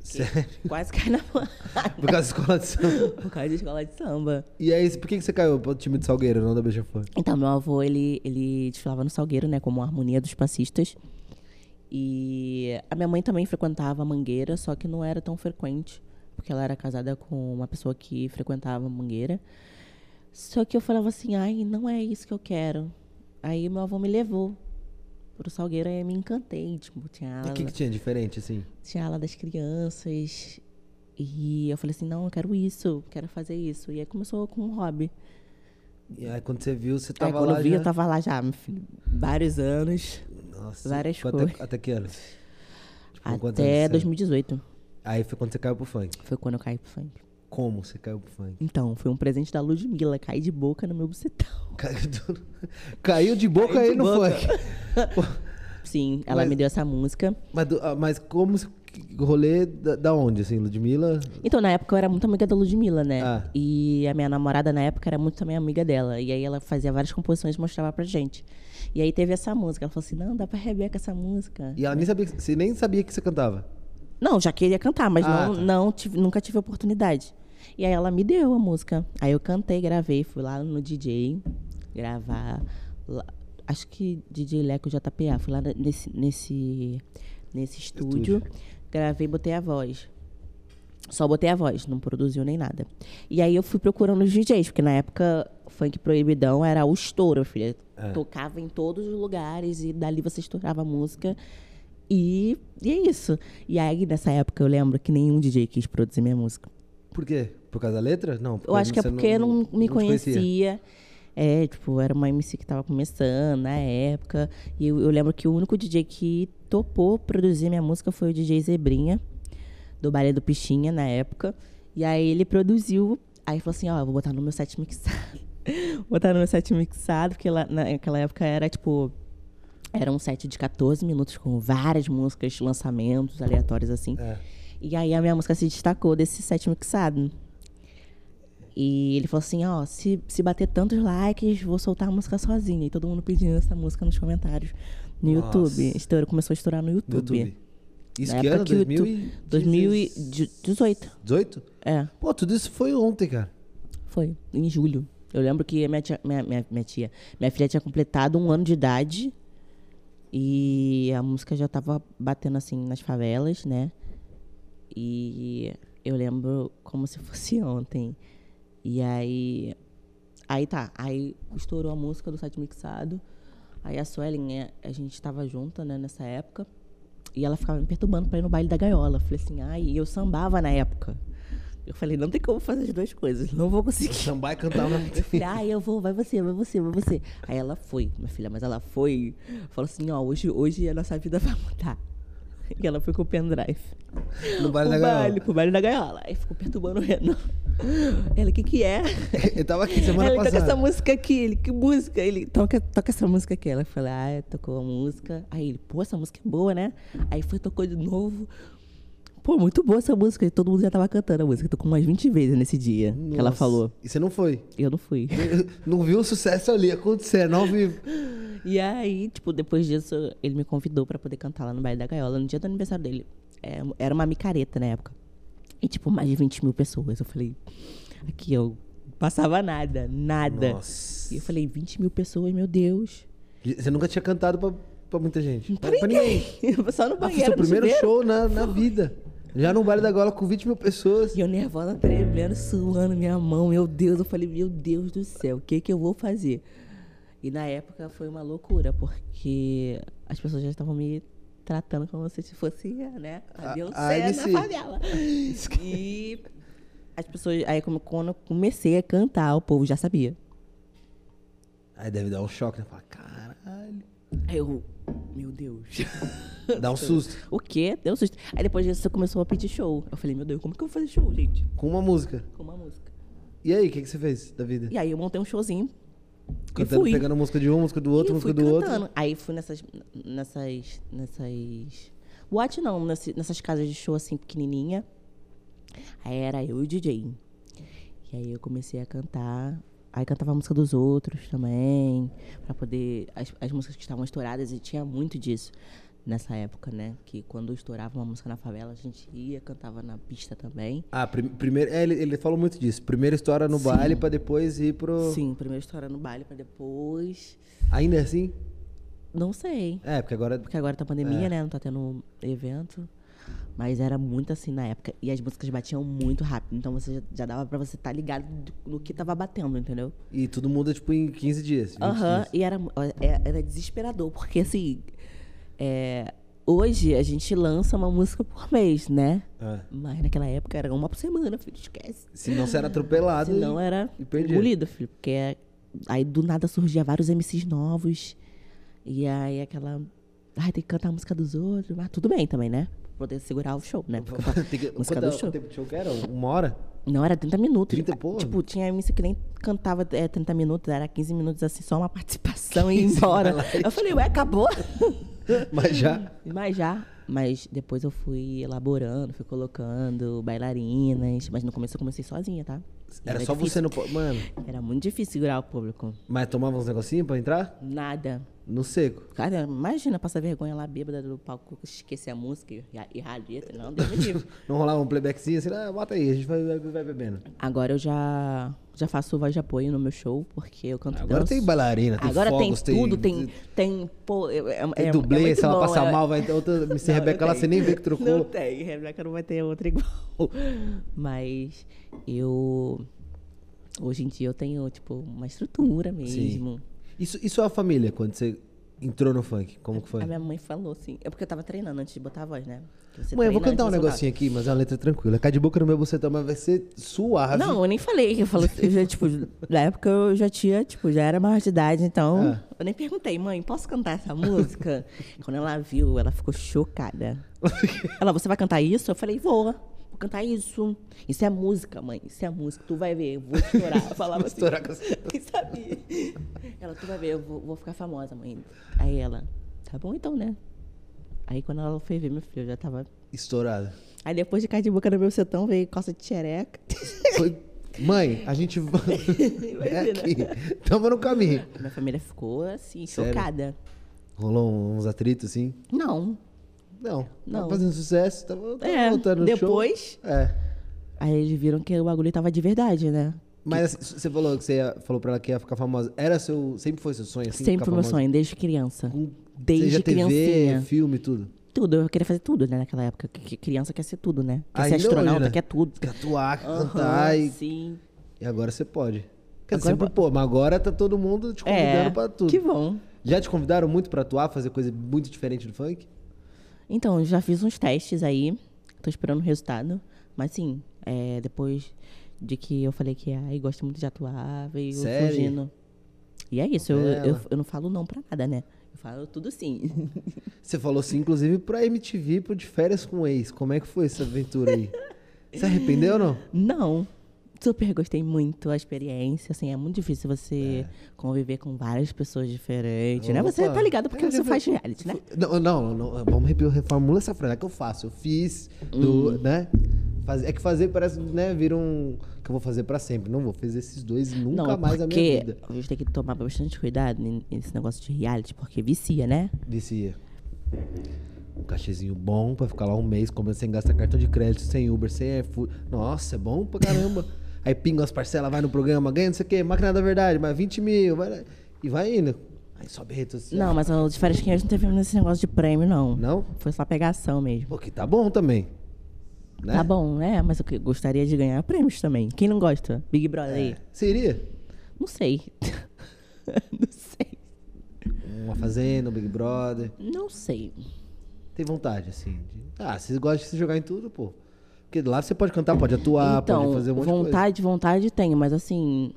A: Sério?
B: Quase cai na porrada
A: Por causa da escola de samba.
B: por causa de escola de samba.
A: E aí, por que, que você caiu pro time de Salgueiro, não da Beija-Flor?
B: Então, meu avô, ele, ele desfilava no Salgueiro, né? Como a harmonia dos passistas. E a minha mãe também frequentava a Mangueira, só que não era tão frequente. Porque ela era casada com uma pessoa que frequentava a Mangueira. Só que eu falava assim, ai, não é isso que eu quero. Aí meu avô me levou pro Salgueiro e eu me encantei. Tipo, tinha
A: E
B: ala,
A: o que, que tinha diferente, assim?
B: tinha ala das crianças. E eu falei assim, não, eu quero isso, quero fazer isso. E aí começou com um hobby.
A: E aí, quando você viu, você
B: Aí
A: tava
B: quando
A: lá
B: eu vi,
A: já...
B: eu tava lá já, meu filho, vários anos.
A: Nossa,
B: várias
A: quanto- é-
B: coisas.
A: Até que ano? Tipo, com quantos anos
B: até
A: você-
B: 2018
A: Aí foi quando você caiu pro funk.
B: foi quando eu caí pro funk.
A: Como você caiu pro funk?
B: Então, foi um presente da Ludmilla, caí de boca no meu bucetão.
A: Caiu, do- caiu de boca aí
B: de
A: no
B: boca.
A: funk.
B: Sim, ela
A: Mas-
B: me deu essa música.
A: Mas, do- ah, mas como... você- que Rolê da, da onde, assim? Ludmilla?
B: Então, na época eu era muito amiga da Ludmilla, né?
A: Ah.
B: E a minha namorada na época era muito também amiga dela. E aí ela fazia várias composições e mostrava pra gente. E aí teve essa música. Ela falou assim: não, dá pra Rebeca essa música.
A: E ela nem sabia... que- Você nem sabia que você cantava.
B: Não, já queria cantar, mas
A: Ah,
B: não,
A: tá.
B: não tive- nunca tive oportunidade. E aí ela me deu a música. Aí eu cantei, gravei, fui lá no DJ gravar. lá- acho que DJ Leco JPA. Fui lá nesse, nesse, nesse estúdio,
A: Estúdio.
B: gravei e botei a voz. Só botei a voz, não produziu nem nada. E aí eu fui procurando os DJs, porque na época funk proibidão era o estouro, filha.
A: É.
B: Tocava em todos os lugares e dali você estourava a música. E, e é isso. E aí nessa época eu lembro que nenhum DJ quis produzir minha música.
A: Por quê? Por causa da letra? Não.
B: Eu acho que é
A: você
B: porque eu não, me
A: te
B: conhecia. É, tipo, era uma MC que tava começando na época. E eu, eu lembro que o único DJ que topou produzir minha música foi o DJ Zebrinha, do Balé do Pichinha, na época. E aí ele produziu. Aí falou assim, ó, eu vou botar no meu set mixado. vou botar no meu set mixado, porque lá, naquela época era, tipo... Era um set de 14 minutos com várias músicas, lançamentos aleatórios, assim.
A: É.
B: E aí a minha música se destacou desse set mixado. E ele falou assim, ó, se, se bater tantos likes, vou soltar a música sozinha. E todo mundo pedindo essa música nos comentários. No
A: Nossa.
B: YouTube. Estourou, começou a estourar no
A: No
B: YouTube.
A: YouTube. Isso
B: Na
A: que
B: época
A: ano?
B: que o YouTube-
A: 2018?
B: 2018. É,
A: Pô, tudo isso foi ontem, cara.
B: foi. Em julho. Eu lembro que minha tia, minha, minha, minha tia, minha filha tinha completado um ano de idade. E a música já tava batendo assim nas favelas, né? E eu lembro como se fosse ontem. E aí. Aí tá. Aí estourou a música do site mixado. Aí a Suelen, é, a gente tava junta, né, nessa época. E ela ficava me perturbando pra ir no baile da gaiola. Eu Falei assim, ai, e eu sambava na época. Eu falei, não tem como fazer as duas coisas, não vou conseguir.
A: Sambar e cantar uma...
B: Eu falei, ah, eu vou, vai você, vai você, vai você. Aí ela foi, minha filha, mas ela foi. Falou assim, ó, hoje, hoje a nossa vida vai mudar. E ela foi com o pendrive.
A: no baile
B: o
A: da gaiola.
B: baile, com o baile da gaiola. Aí ficou perturbando o Renan. Ela, o que que é?
A: Eu tava aqui semana
B: ele
A: passada.
B: toca essa música aqui, ele, que música? Ele toca, toca essa música aqui. Ela falou, ah, tocou a música. Aí ele, pô, essa música é boa, né? Aí foi, tocou de novo. Pô, muito boa essa música. E todo mundo já tava cantando a música. Tocou umas 20 vezes nesse dia que ela
A: Nossa.
B: falou.
A: E você não foi.
B: Eu não fui.
A: Não viu o sucesso ali acontecendo ao vivo.
B: E aí, tipo, depois disso, ele me convidou pra poder cantar lá no Baile da Gaiola, no dia do aniversário dele. É, era uma micareta na época. E, tipo, mais de 20 mil pessoas. Eu falei, aqui eu passava nada, nada.
A: Nossa.
B: E eu falei, 20 mil pessoas, meu Deus.
A: Você nunca tinha cantado pra, pra muita gente.
B: Pra ninguém. Só no
A: Ah, foi
B: banheiro.
A: seu
B: no
A: primeiro
B: chuveiro.
A: show na, na vida. Já no baile da gola com 20 mil pessoas.
B: E eu nervosa, tremendo, suando minha mão. Meu Deus, eu falei, meu Deus do céu, o que que eu vou fazer? E na época foi uma loucura, porque as pessoas já estavam me tratando como se fosse, né,
A: A-
B: a
A: a
B: Beyoncé
A: MC.
B: na favela. E as pessoas, aí como- quando eu comecei a cantar, o povo já sabia.
A: Aí deve dar um choque, né? Fala, caralho.
B: Aí eu, meu Deus.
A: Dá um susto.
B: O quê? Deu um susto. Aí depois disso você começou a pedir show. Eu falei, meu Deus, como que eu vou fazer show, gente?
A: Com uma música.
B: Com uma música.
A: E aí, o que, que você fez da vida?
B: E aí eu montei um showzinho.
A: Cantando,
B: e fui.
A: pegando música de um, música do
B: E
A: outro,
B: eu
A: música
B: fui
A: do outro.
B: cantando. Aí fui nessas. nessas. nessas. Boate não, nesse- nessas casas de show assim pequenininha. Aí era eu e o DJ. E aí eu comecei a cantar. Aí cantava a música dos outros também. Pra poder. As, as músicas que estavam estouradas, e tinha muito disso nessa época, né? Que quando estourava uma música na favela, a gente ia, cantava na pista também.
A: Ah, prim- primeiro. É, ele, ele falou muito disso. Primeiro história no baile pra depois ir pro.
B: Sim, primeiro estourando no baile pra depois.
A: Ainda assim?
B: Não sei.
A: É, porque agora.
B: Porque agora tá pandemia, né? Não tá tendo evento. Mas era muito assim na época. E as músicas batiam muito rápido. Então você já, já dava pra você estar ligado do- no que tava batendo, entendeu?
A: E todo mundo, tipo, em 15 dias. 20
B: Aham.
A: dias.
B: E era, mu- é- era desesperador. Porque assim. é, hoje a gente lança uma música por mês, né?
A: É.
B: Mas naquela época era uma por semana, filho. Esquece.
A: Senão você era atropelado.
B: Se não é
A: e-
B: era
A: e perdia.
B: engolido, filho. Porque é- aí do nada surgia vários MCs novos. E aí aquela. Ai, tem que cantar a música dos outros. Mas tudo bem também, né? Pra Poder segurar o show, né? Porque
A: Tem que- Quanto
B: música do
A: quanto
B: show.
A: tempo de show que era? Uma hora?
B: não era 30 minutos.
A: 30, porra.
B: Tipo, tinha MC que nem cantava é, 30 minutos, era 15 minutos assim, só uma participação e ir embora. Eu falei, ué, acabou.
A: Mas já.
B: Mas já. Mas depois eu fui elaborando, fui colocando bailarinas. Mas no começo eu comecei sozinha, tá?
A: Era só
B: difícil.
A: você no. po- Mano,
B: Era muito difícil segurar o público.
A: mas tomava uns negocinhos pra entrar?
B: Nada.
A: No seco.
B: Cara, imagina passar vergonha lá bêbada do palco, esquecer a música e errar a letra. Não, Deus me livre.
A: Não rolava um playbackzinho assim, ah, bota aí, a gente vai, vai- vai bebendo.
B: Agora eu já, já faço voz de apoio no meu show, porque eu canto
A: Agora
B: danço.
A: tem bailarina, tem
B: Agora
A: fogos,
B: tem tudo, tem. Tem, pô, é, é-
A: Tem
B: é- é
A: dublê,
B: muito
A: se ela
B: bom,
A: passar
B: é-
A: mal, vai ter outra. Miss
B: Não,
A: Rebeca
B: não
A: lá,
B: tem.
A: você nem vê que trocou.
B: Não tem, Rebeca não vai ter outra igual. Mas eu. Hoje em dia eu tenho, tipo, uma estrutura mesmo.
A: Isso, isso é a família, quando você entrou no funk, como que foi?
B: A minha mãe falou assim. É porque eu tava treinando antes de botar a voz, né? Você
A: Mãe, eu vou
B: treina
A: cantar um
B: antes do
A: negocinho aqui, mas é uma letra tranquila. Cai de boca no meu bucetão, mas vai ser suave.
B: Não, eu nem falei. Eu falo, eu já, tipo, na época eu já tinha, tipo, já era maior de idade, então.
A: Ah.
B: Eu nem perguntei, mãe, posso cantar essa música? Quando ela viu, ela ficou chocada. Ela, você vai cantar isso? Eu falei, vou. Vou cantar isso. Isso é música, mãe. Isso é música. Tu vai ver, eu vou estourar. Eu falava
A: Vou
B: assim.
A: estourar com essa-
B: Quem sabia? Ela, tu vai ver, eu vou, vou ficar famosa, mãe. Aí ela, tá bom então, né? Aí quando ela foi ver, meu filho, eu já tava.
A: Estourada.
B: Aí depois de cair de boca no meu setão, veio calça de xereca.
A: Foi. Mãe, a gente vai. é aqui. Tamo no caminho.
B: Minha família ficou assim,
A: Sério?
B: chocada.
A: Rolou uns atritos, assim?
B: Não.
A: Não.
B: Não.
A: Tava fazendo sucesso, tava, tava
B: É,
A: voltando no
B: depois-
A: show. É.
B: Aí eles viram que o bagulho tava de verdade, né?
A: Mas assim, você falou que você ia- falou pra ela que ia ficar famosa. Era seu. Sempre foi seu sonho, assim?
B: Sempre
A: ficar
B: foi meu
A: famosa?
B: sonho, desde criança.
A: Seja
B: Desde
A: TV,
B: criancinha.
A: filme, tudo.
B: Tudo, eu queria fazer tudo, né, naquela época. Que que criança quer ser tudo, né? Quer
A: Ainda hoje,
B: ser astronauta,
A: né?
B: quer tudo.
A: Quer atuar, quer
B: Aham,
A: cantar e,
B: Sim.
A: e agora você pode. Quer dizer,
B: Agora
A: sempre, pô, mas agora tá todo mundo te convidando
B: É,
A: pra tudo.
B: que bom.
A: Já te convidaram muito pra atuar, fazer coisa muito diferente do funk?
B: Então, já fiz uns testes aí. Tô esperando o resultado. Mas sim, é, depois de que eu falei que ai, gosto muito de atuar, veio
A: Sério?
B: surgindo. E é isso, eu, eu,
A: Novela.
B: eu não falo não pra nada, né? Eu falo tudo sim.
A: Você falou sim, inclusive, pra MTV, pro De Férias com o Ex. Como é que foi essa aventura aí? Você arrependeu ou não?
B: Não. Super gostei muito a experiência, assim, é muito difícil você conviver com várias pessoas diferentes, né? Você
A: É. Opa.
B: tá ligado porque
A: É,
B: você
A: deve-
B: faz reality, né?
A: Não, não, não, vamos re- reformula essa frase é que eu faço. Eu fiz,
B: Hum.
A: do, né? Faz- é que fazer parece, né, vira um... Que eu vou fazer pra sempre. Não vou fazer esses dois nunca
B: não, é
A: mais na minha
B: porque
A: vida.
B: a gente tem que tomar bastante cuidado n- nesse negócio de reality, porque vicia, né?
A: Descia. Um cachezinho bom pra ficar lá um mês, comendo sem gastar cartão de crédito, sem Uber, sem iFood. Nossa, é bom pra caramba. Aí pinga as parcelas, vai no programa, ganha não sei o quê, máquina da verdade, mais 20 mil, vai lá. e vai indo. Aí sobe a rede social.
B: Não, mas o de férias quinhentos não teve nesse negócio de prêmio, não.
A: Não?
B: Foi só pegação mesmo.
A: Pô, que tá bom também. Né?
B: Tá bom, né? Mas eu que- gostaria de ganhar prêmios também. Quem não gosta? Big
A: É.
B: Brother aí.
A: Você iria?
B: Não sei. não sei.
A: Uma fazenda, um Big Brother.
B: Não sei.
A: Tem vontade, assim. de- Ah, vocês gostam de se jogar em tudo, pô. Porque lá você pode cantar, pode
B: Ah,
A: atuar, pode fazer um monte
B: Então, vontade, vontade tenho, mas assim,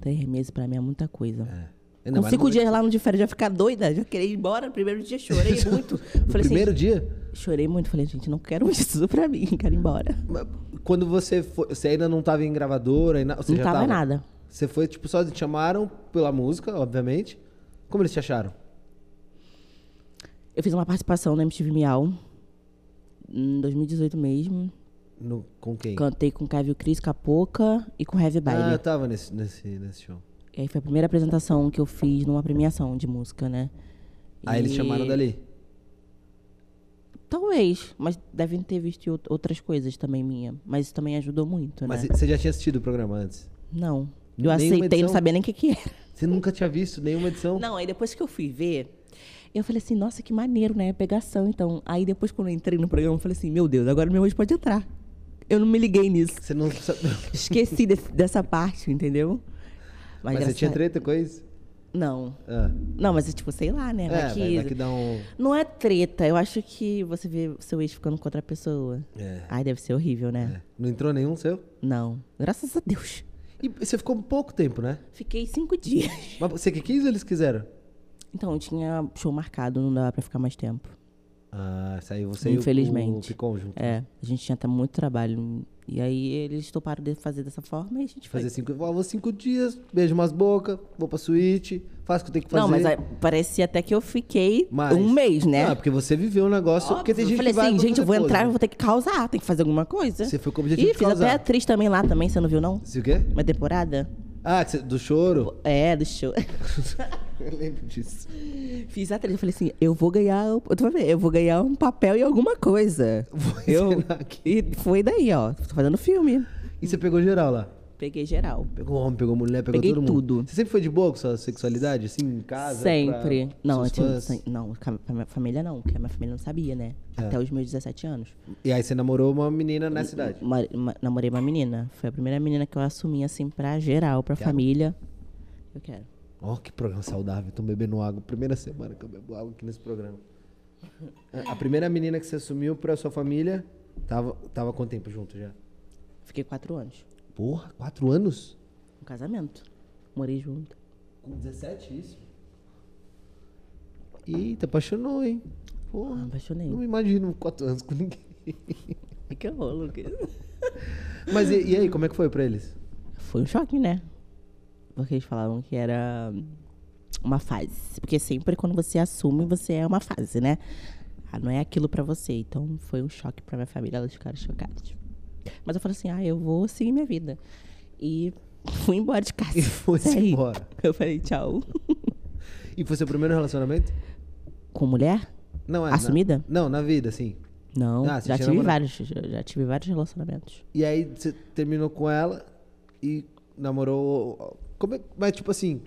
B: três meses pra mim é muita coisa.
A: de coisa. É. Ainda
B: Com
A: mais
B: cinco
A: no-
B: dias lá no de férias, já ficar doida, já queria ir embora. No primeiro dia chorei muito.
A: No
B: falei
A: primeiro
B: assim,
A: dia?
B: chorei muito. Falei, gente, não quero isso pra mim, quero ir embora.
A: Mas Quando você foi, você ainda não tava em gravadora, ainda- você
B: não
A: já
B: tava
A: tava
B: em nada.
A: Você foi tipo só te chamaram pela música, obviamente. Como eles te acharam?
B: Eu fiz uma participação na MTV Miau, em 2018 mesmo.
A: No- com quem?
B: Cantei com Cavio Cris, Capoca e com
A: ah,
B: Heavy
A: eu
B: Baile.
A: tava nesse nesse nesse show.
B: E aí foi a primeira apresentação que eu fiz numa premiação de música, né?
A: Aí Ah, eles
B: E-
A: chamaram dali.
B: Talvez, mas devem ter visto out- outras coisas também minha. Mas isso também ajudou muito,
A: Mas
B: né?
A: você já tinha assistido o programa antes?
B: Não. Eu
A: Nenhuma
B: aceitei,
A: edição?
B: não sabia nem o que, que era.
A: Você nunca tinha visto nenhuma edição?
B: Não, aí depois que eu fui ver, eu falei assim, nossa, que maneiro, né? Pegação, então. Aí depois, quando eu entrei no programa, eu falei assim, meu Deus, agora meu ex pode entrar. Eu não me liguei nisso.
A: Você não sabe-
B: Esqueci desse- dessa parte, entendeu?
A: Mas, você
B: graças
A: tinha
B: a-
A: treta com isso?
B: Não.
A: Ah.
B: Não, mas é tipo, sei lá, né?
A: É,
B: Vai
A: vai,
B: que-
A: vai que dá um
B: Não é treta. Eu acho que você vê seu ex ficando com outra pessoa.
A: É.
B: Ai, deve ser horrível, né?
A: Não entrou nenhum seu?
B: Não. Graças a Deus.
A: E você ficou um pouco tempo, né?
B: Fiquei cinco dias.
A: Mas você que quis ou eles quiseram?
B: Então, eu tinha show marcado, não dava pra ficar mais tempo.
A: Ah, saiu você e o- o
B: Infelizmente.
A: Picon junto.
B: É, a gente tinha até muito trabalho. E aí eles toparam de fazer dessa forma e a gente fez.
A: Fazer cinco, vou vou cinco dias, beijo umas bocas, vou pra suíte, faço o que eu tenho que fazer.
B: Não, mas aí, parecia até que eu fiquei
A: Mas-
B: um mês, né?
A: Ah, porque você viveu um negócio. porque tem gente
B: Óbvio. eu falei
A: que vai
B: assim,
A: pra
B: gente, eu vou
A: fazer
B: entrar, eu
A: pose.
B: vou ter que causar, tem que fazer alguma coisa.
A: Você foi com o objetivo
B: Ih,
A: de
B: fiz até
A: causar.
B: atriz também lá também, você não viu não?
A: Você o quê?
B: Uma temporada?
A: Ah, que você- do choro?
B: É, do show.
A: Eu lembro disso.
B: Fiz a trilha, eu falei assim, eu vou ganhar, outra vez, eu vou ganhar um papel e alguma coisa.
A: Vou
B: eu,
A: encenar aqui.
B: e foi daí, ó, tô fazendo filme.
A: E você pegou geral lá?
B: Peguei geral.
A: Pegou homem, pegou mulher, pegou
B: Peguei
A: todo mundo.
B: tudo.
A: Você sempre foi de boa com sua sexualidade, assim, em casa?
B: Sempre.
A: pra
B: Não, eu
A: seus
B: tinha,
A: fãs? É.
B: não, com a minha família não, porque a minha família não sabia, né? Até os meus 17 anos.
A: E aí você namorou uma menina na cidade.
B: Ma- ma- namorei uma menina. Foi a primeira menina que eu assumi, assim, pra geral, pra família. Eu quero.
A: Ó, que programa saudável. Tô bebendo água. Primeira semana que eu bebo água aqui nesse programa. A- A primeira menina que você assumiu pra sua família tava, tava quanto tempo junto já?
B: Fiquei quatro anos.
A: Porra, quatro anos?
B: Um casamento. Morei junto.
A: Com 17, isso. Eita, apaixonou, hein? Porra.
B: Ah, apaixonei.
A: Não imagino quatro anos com ninguém.
B: Que horror, Lucas.
A: Mas e, e aí, como é que foi pra eles?
B: Foi um choque, né? Porque eles falavam que era uma fase. Porque sempre quando você assume, você é uma fase, né? Ah, não é aquilo pra você. Então foi um choque pra minha família, elas ficaram chocadas. Mas eu falei assim: ah, eu vou seguir minha vida. E fui embora de casa.
A: E foi-se
B: Saí.
A: embora.
B: Eu falei: tchau.
A: E foi seu primeiro relacionamento?
B: Com mulher?
A: Não, é. na-
B: Assumida?
A: não, na vida, sim.
B: Não.
A: Ah, você
B: já
A: tinha
B: tive
A: namorado?
B: vários. Já, já tive vários relacionamentos.
A: E aí você terminou com ela e namorou. Como é... Mas tipo assim.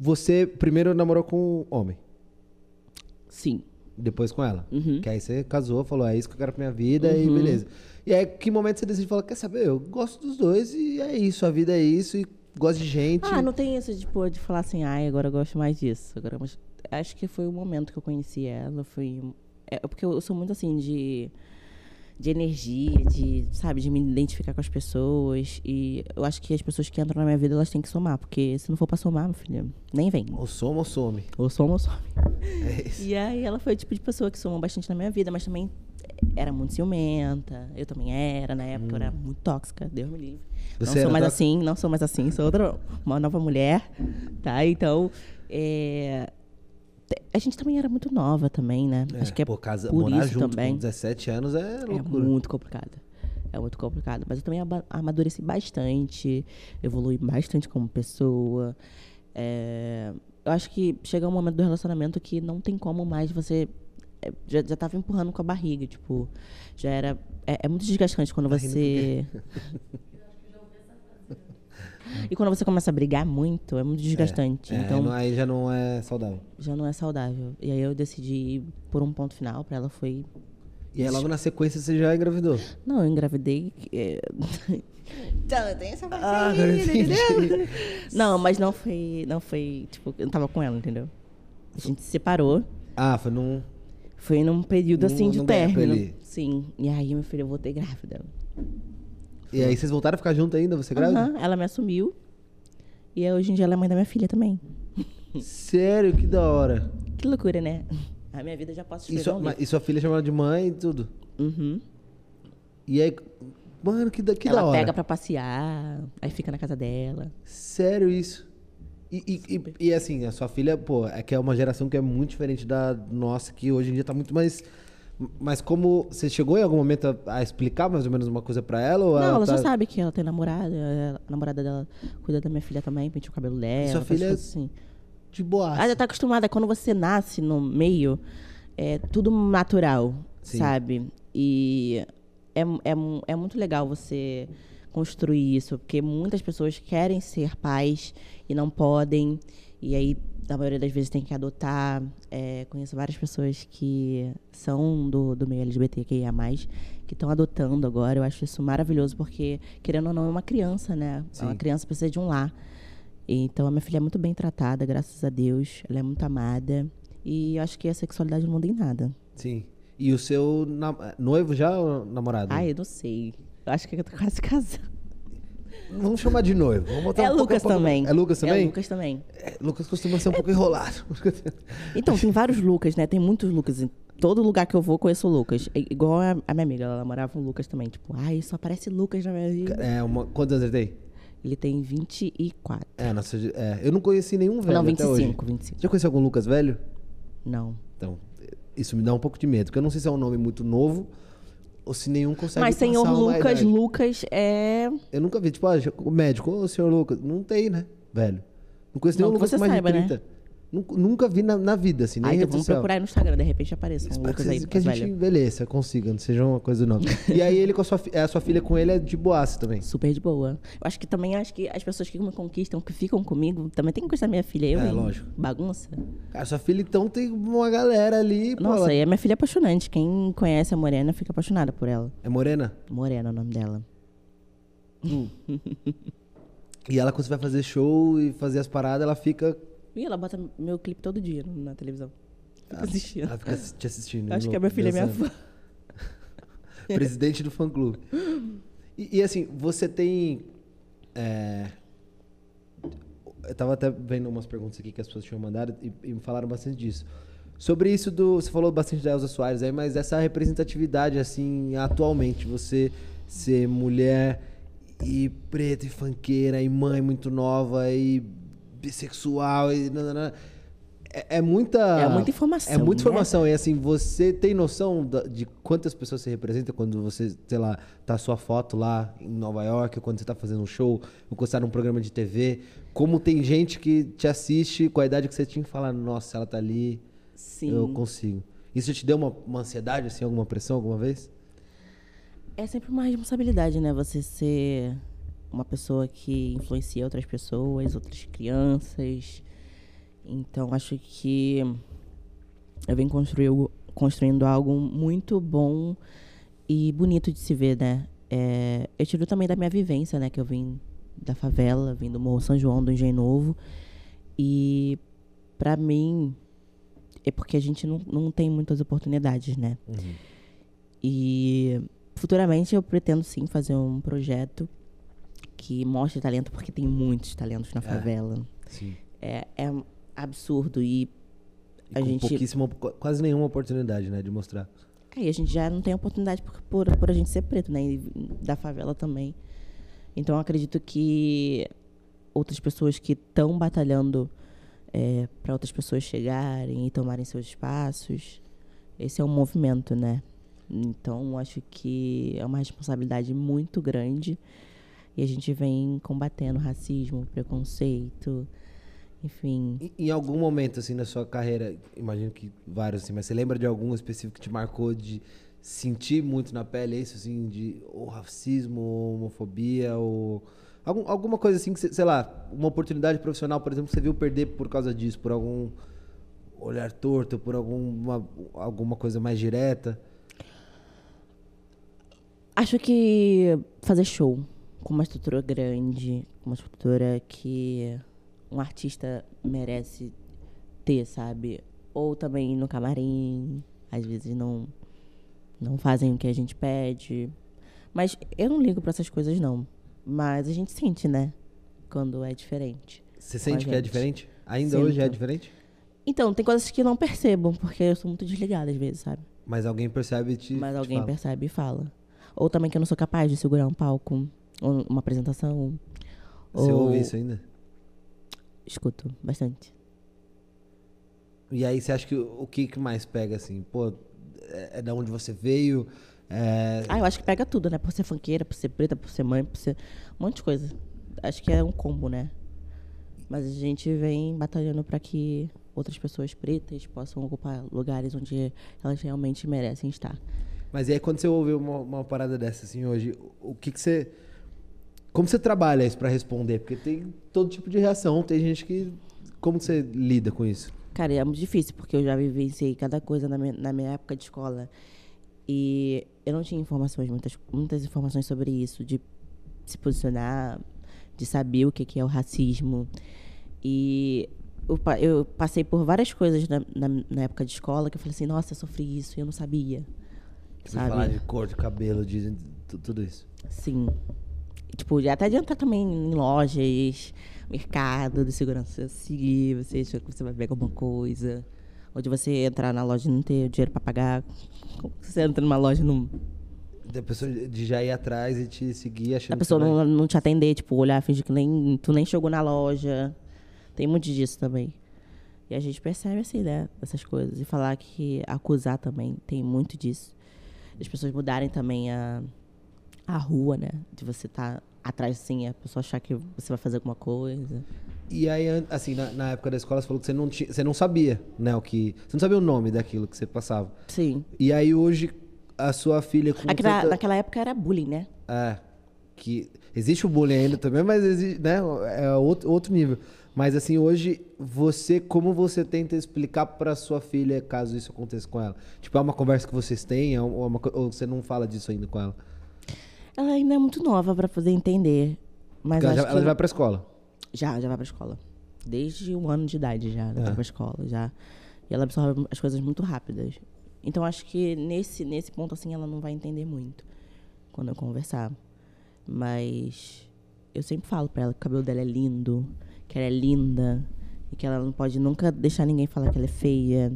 A: Você primeiro namorou com um homem,
B: Sim. Uhum.
A: depois com ela. Que aí você casou, falou, é isso que eu quero pra minha vida e beleza. E aí, que momento você decide falar, quer saber? Eu gosto dos dois e é isso, a vida é isso, e gosto de gente.
B: Ah, não tem isso tipo, de falar assim, ai, agora eu gosto mais disso. Agora, eu gosto-". acho que foi o momento que eu conheci ela, foi. É, porque eu sou muito assim de. De energia, de, sabe, de me identificar com as pessoas. E eu acho que as pessoas que entram na minha vida, elas têm que somar. Porque se não for pra somar, meu filho, nem vem.
A: Ou soma ou some.
B: Ou soma ou some.
A: É isso.
B: E aí ela foi o tipo de pessoa que somou bastante na minha vida, mas também era muito ciumenta. Eu também era, na época eu era muito tóxica, Deus me livre.
A: Você
B: não
A: era
B: sou mais
A: tóxica?
B: assim, não sou mais assim, sou outra, uma nova mulher, tá? Então, é, te- a gente também era muito nova também, né? Acho que é
A: pô, casa,
B: por
A: morar
B: isso
A: junto
B: também.
A: com 17 anos é
B: É
A: loucura.
B: muito complicado. É muito complicado. Mas eu também aba- amadureci bastante, evolui bastante como pessoa. É, eu acho que chega um momento do relacionamento que não tem como mais você. é, Já, já tava empurrando com a barriga, tipo. Já era. É, é muito desgastante
A: Tá
B: quando você. E quando você começa a brigar muito, é muito desgastante.
A: É,
B: então,
A: não- aí já não é saudável.
B: já não é saudável. E aí eu decidi ir por um ponto final pra ela foi
A: E aí logo na sequência você já engravidou.
B: Não, eu engravidei. é, Então, tem essa parte
A: Ah,
B: aí,
A: agora eu
B: né,
A: entendi.
B: entendeu? Não, mas não foi. Não foi. Tipo, eu não tava com ela, entendeu? A gente se separou.
A: Ah, foi num.
B: Foi num período assim
A: Num-
B: de
A: num gap
B: término.
A: ali.
B: Sim. E aí, meu filho, eu voltei grávida.
A: E aí vocês voltaram a ficar junto ainda, você é grávida?
B: Aham, ela me assumiu. E hoje em dia ela é mãe da minha filha também.
A: Sério, que da hora.
B: Que loucura, né? A minha vida eu já posso
A: E
B: escrever
A: sua,
B: um
A: mas-
B: livro.
A: e sua filha chamava de mãe e tudo.
B: Uhum.
A: E aí, mano, que da, que da
B: Ela
A: hora.
B: pega pra passear, aí fica na casa dela.
A: Sério isso. E, e, e, e, assim, a sua filha, pô, é que é uma geração que é muito diferente da nossa, que hoje em dia tá muito mais. Mas como você chegou em algum momento a, a explicar mais ou menos uma coisa pra ela? Ou
B: Não, ela,
A: tá...
B: já sabe que ela tem namorada, ela- a namorada dela cuida da minha filha também, penteia o cabelo dela.
A: sua
B: faz
A: filha-
B: coisas assim.
A: De boa.
B: Ela já tá acostumada, quando você nasce no meio, é tudo natural,
A: Sim.
B: sabe? E é, mu- é, mu- é muito legal você construir isso, porque muitas pessoas querem ser pais e não podem, e aí, na maioria das vezes, tem que adotar. É, conheço várias pessoas que são do, do meio LGBTQIA, que estão adotando agora. Eu acho isso maravilhoso, porque, querendo ou não, é uma criança, né? Uma criança precisa de um lar. Então a minha filha é muito bem tratada, graças a Deus. Ela é muito amada. E eu acho que a sexualidade não muda em nada.
A: Sim. E o seu na- noivo já ou namorado?
B: Ai, Ah, eu não sei. Eu acho que eu tô quase casando.
A: Vamos chamar de noivo. Vamos botar
B: é
A: um pouco-
B: Lucas
A: um pouco-
B: também.
A: É Lucas também?
B: É Lucas também.
A: É, Lucas costuma ser um pouco enrolado.
B: Então, tem vários Lucas, né? Tem muitos Lucas. Em todo lugar que eu vou, conheço o Lucas. É igual a a minha amiga, ela namorava um Lucas também. Tipo, ai, só aparece Lucas na minha vida.
A: É, uma... Quantos anos ele tem?
B: Ele tem 24.
A: É, nossa, é, eu não conheci nenhum velho
B: não,
A: até hoje.
B: 25, 25.
A: Já conheci algum Lucas velho?
B: Não.
A: Então, isso me dá um pouco de medo, porque eu não sei se é um nome muito novo ou se nenhum consegue
B: Mas senhor
A: passar uma
B: Lucas,
A: idade.
B: Lucas é.
A: Eu nunca vi, tipo, ah, o médico, ô, senhor Lucas, não tem, né, velho? Não conheço
B: Não
A: nenhum
B: que
A: Lucas
B: você
A: com mais
B: saiba,
A: de
B: né?
A: 30. Nunca, nunca vi na, na vida, assim, nem
B: Aí
A: rede
B: vamos
A: social.
B: procurar aí no Instagram, de repente apareça um
A: Espero que,
B: Lucas aí,
A: vocês- que a gente
B: velho.
A: envelheça, consiga, não seja uma coisa nova. e aí ele com a sua, fi- a sua filha com ele é de boaça também.
B: Super de boa. Eu acho que também acho que as pessoas que me conquistam, que ficam comigo, também tem que gostar da minha filha. Eu,
A: É,
B: hein?
A: lógico.
B: Bagunça.
A: Cara, sua filha então tem uma galera ali, pô,
B: Nossa,
A: ela-
B: e a minha filha é apaixonante. Quem conhece a Morena fica apaixonada por ela.
A: é morena.
B: Morena é o nome dela.
A: E ela quando você vai fazer show e fazer as paradas, ela fica,
B: E ela bota meu clipe todo dia na televisão.
A: Ah,
B: Fica assistindo.
A: ela fica assi- te assistindo.
B: Acho que a minha
A: louca,
B: filha é minha
A: dançando.
B: fã.
A: Presidente do fã clube. E, e, assim, você tem. é, eu tava até vendo umas perguntas aqui que as pessoas tinham mandado e, e me falaram bastante disso. Sobre isso do. Você falou bastante da Elza Soares aí, mas essa representatividade, assim, atualmente, você ser mulher e preta e fanqueira e mãe muito nova e bissexual e. nananã, É, é muita.
B: É muita informação,
A: É muita
B: né?
A: informação. Então, e assim, você tem noção da- de quantas pessoas você representa quando você, sei lá, tá sua foto lá em Nova York, ou quando você tá fazendo um show, ou quando você tá num programa de TV? Como tem gente que te assiste com a idade que você tinha e fala, nossa, ela tá ali,
B: Sim.
A: eu consigo. Isso te deu uma, uma ansiedade, assim, alguma pressão alguma vez?
B: É sempre uma responsabilidade, né? Você ser uma pessoa que influencia outras pessoas, outras crianças. Então, acho que eu venho construir algo- construindo algo muito bom e bonito de se ver, né? É, eu tiro também da minha vivência, né? Que eu vim da favela, vim do Morro São João, do Engenho Novo. E, pra mim, é porque a gente não, não tem muitas oportunidades, né? E futuramente eu pretendo sim fazer um projeto que mostre talento, porque tem muitos talentos na favela.
A: Sim.
B: É, é um absurdo e
A: E
B: a
A: com
B: gente.
A: pouquíssima, qu- quase nenhuma oportunidade, né, de mostrar.
B: Aí É, a gente já não tem oportunidade por, por, por a gente ser preto, né? E da favela também. Então eu acredito que outras pessoas que estão batalhando para outras pessoas chegarem e tomarem seus espaços, esse é um movimento, né? Então acho que é uma responsabilidade muito grande e a gente vem combatendo racismo, preconceito, enfim.
A: E- Em algum momento, assim, na sua carreira, imagino que vários, assim, mas você lembra de algum específico que te marcou de sentir muito na pele isso, assim, de ou racismo, ou homofobia, ou algum- alguma coisa assim, que, você- sei lá, uma oportunidade profissional, por exemplo, que você viu perder por causa disso, por algum olhar torto, por alguma, alguma coisa mais direta?
B: Acho que fazer show com uma estrutura grande, com uma estrutura que um artista merece ter, sabe? Ou também no camarim, às vezes não não fazem o que a gente pede. Mas eu não ligo pra essas coisas não, mas a gente sente, né? Quando é diferente.
A: Você
B: Com a
A: sente que é
B: gente.
A: diferente? Ainda
B: Sinto.
A: hoje é diferente?
B: Então, tem coisas que eu não percebo, porque eu sou muito desligada às vezes, sabe?
A: Mas alguém percebe e te.
B: Mas
A: te
B: alguém
A: fala.
B: percebe e fala. Ou também que eu não sou capaz de segurar um palco, ou uma apresentação.
A: Você
B: ou...
A: ouve isso ainda?
B: Escuto bastante.
A: E aí você acha que o o que, que mais pega, assim? Pô, é, é da onde você veio? É,
B: Ah, eu acho que pega tudo, né? Por ser funkeira, por ser preta, por ser mãe, por ser. Um monte de coisa. Acho que é um combo, né? Mas a gente vem batalhando pra que outras pessoas pretas possam ocupar lugares onde elas realmente merecem estar.
A: Mas e aí quando você ouve uma, uma parada dessa, assim, hoje, o o que, que você. Como você trabalha isso pra responder? Porque tem todo tipo de reação, tem gente que. Como que você lida com isso?
B: Cara, é muito difícil, porque eu já vivenciei cada coisa na minha, na minha época de escola. E eu não tinha informações, muitas, muitas informações sobre isso, de se posicionar, de saber o que, que é o racismo. E eu, pa- eu passei por várias coisas na, na, na época de escola que eu falei assim, nossa, eu sofri isso e eu não sabia.
A: Tipo,
B: Sabe?
A: falar de cor, de cabelo, de tu- tudo isso.
B: Sim. E, Tipo, de- até de entrar também em lojas, mercado de segurança se você acha que você vai pegar alguma coisa. Ou de você entrar na loja e não ter dinheiro pra pagar. Como que Você entra numa loja e não,
A: Da pessoa de já ir atrás e te seguir achando
B: a pessoa
A: que. você vai-
B: não, não te atender, tipo, olhar, fingir que nem, tu nem chegou na loja. Tem muito disso também. E a gente percebe assim, né? Essas coisas. E falar que acusar também tem muito disso. As pessoas mudarem também a, tá a rua, né? De você estar atrás assim, a pessoa achar que você vai fazer alguma coisa.
A: E aí, an- assim, na, na época da escola, você falou que você não, tinha, você não sabia, né, o que... Você não sabia o nome daquilo que você passava.
B: Sim.
A: E aí, hoje, a sua filha com
B: Aquela-
A: tanta-
B: Naquela época era bullying, né?
A: É, que existe o bullying ainda também, mas exi- né, é outro, outro nível. Mas assim, hoje, você, como você tenta explicar pra sua filha caso isso aconteça com ela? Tipo, é uma conversa que vocês têm, é um- ou, é uma co- ou você não fala disso ainda com ela?
B: Ela ainda é muito nova pra poder entender. Mas
A: Porque ela
B: acho
A: já,
B: que
A: ela já vai pra escola.
B: Já, já vai pra escola. Desde um ano de idade já,
A: É.
B: ela vai pra escola, já. E ela absorve as coisas muito rápidas. Então acho que nesse, nesse ponto, assim, ela não vai entender muito quando eu conversar. Mas eu sempre falo pra ela que o cabelo dela é lindo, que ela é linda, e que ela não pode nunca deixar ninguém falar que ela é feia.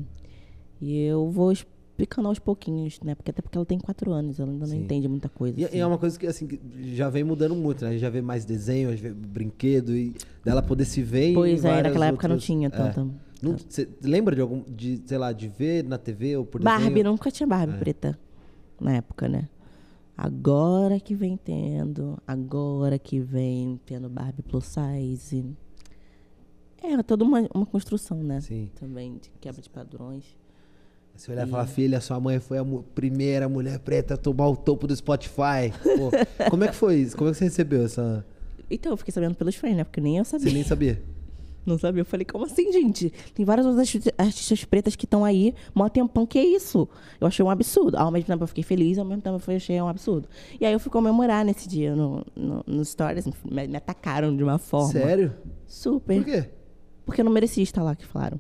B: E eu vou explicando aos pouquinhos, né? Porque até porque ela tem quatro anos, ela ainda
A: Sim.
B: não entende muita coisa.
A: E, e
B: assim.
A: é uma coisa que, assim, que já vem mudando muito, né? A gente já vê mais desenho, a gente vê brinquedo, e dela poder se ver em
B: Pois é,
A: várias
B: naquela época não
A: outras-
B: tinha
A: é.
B: tanta.
A: Não- Você lembra de algum, de, sei lá, de ver na TV ou por É.
B: Barbie,
A: desenho?
B: nunca tinha Barbie preta na época, né? Agora que vem tendo, agora que vem tendo Barbie plus size. É toda uma, uma construção, né?
A: Sim.
B: Também de quebra de padrões.
A: Se olhar e falar, filha, sua mãe foi a mu- primeira mulher preta a tomar o topo do Spotify. Pô, como é que foi isso? Como é que você recebeu essa.
B: Então, eu fiquei sabendo pelos fãs, né? Porque nem eu
A: Você
B: sabia.
A: nem sabia.
B: Não sabia. Eu falei, como assim, gente? Tem várias outras arti- artistas pretas que estão aí, mó tempão, que é isso? Eu achei um absurdo. Ao mesmo tempo eu fiquei feliz, ao mesmo tempo eu fui- achei um absurdo. E aí eu fui comemorar nesse dia no, no, no Stories, me, me atacaram de uma forma.
A: Sério?
B: Super.
A: Por quê?
B: Porque eu não merecia estar lá, que falaram.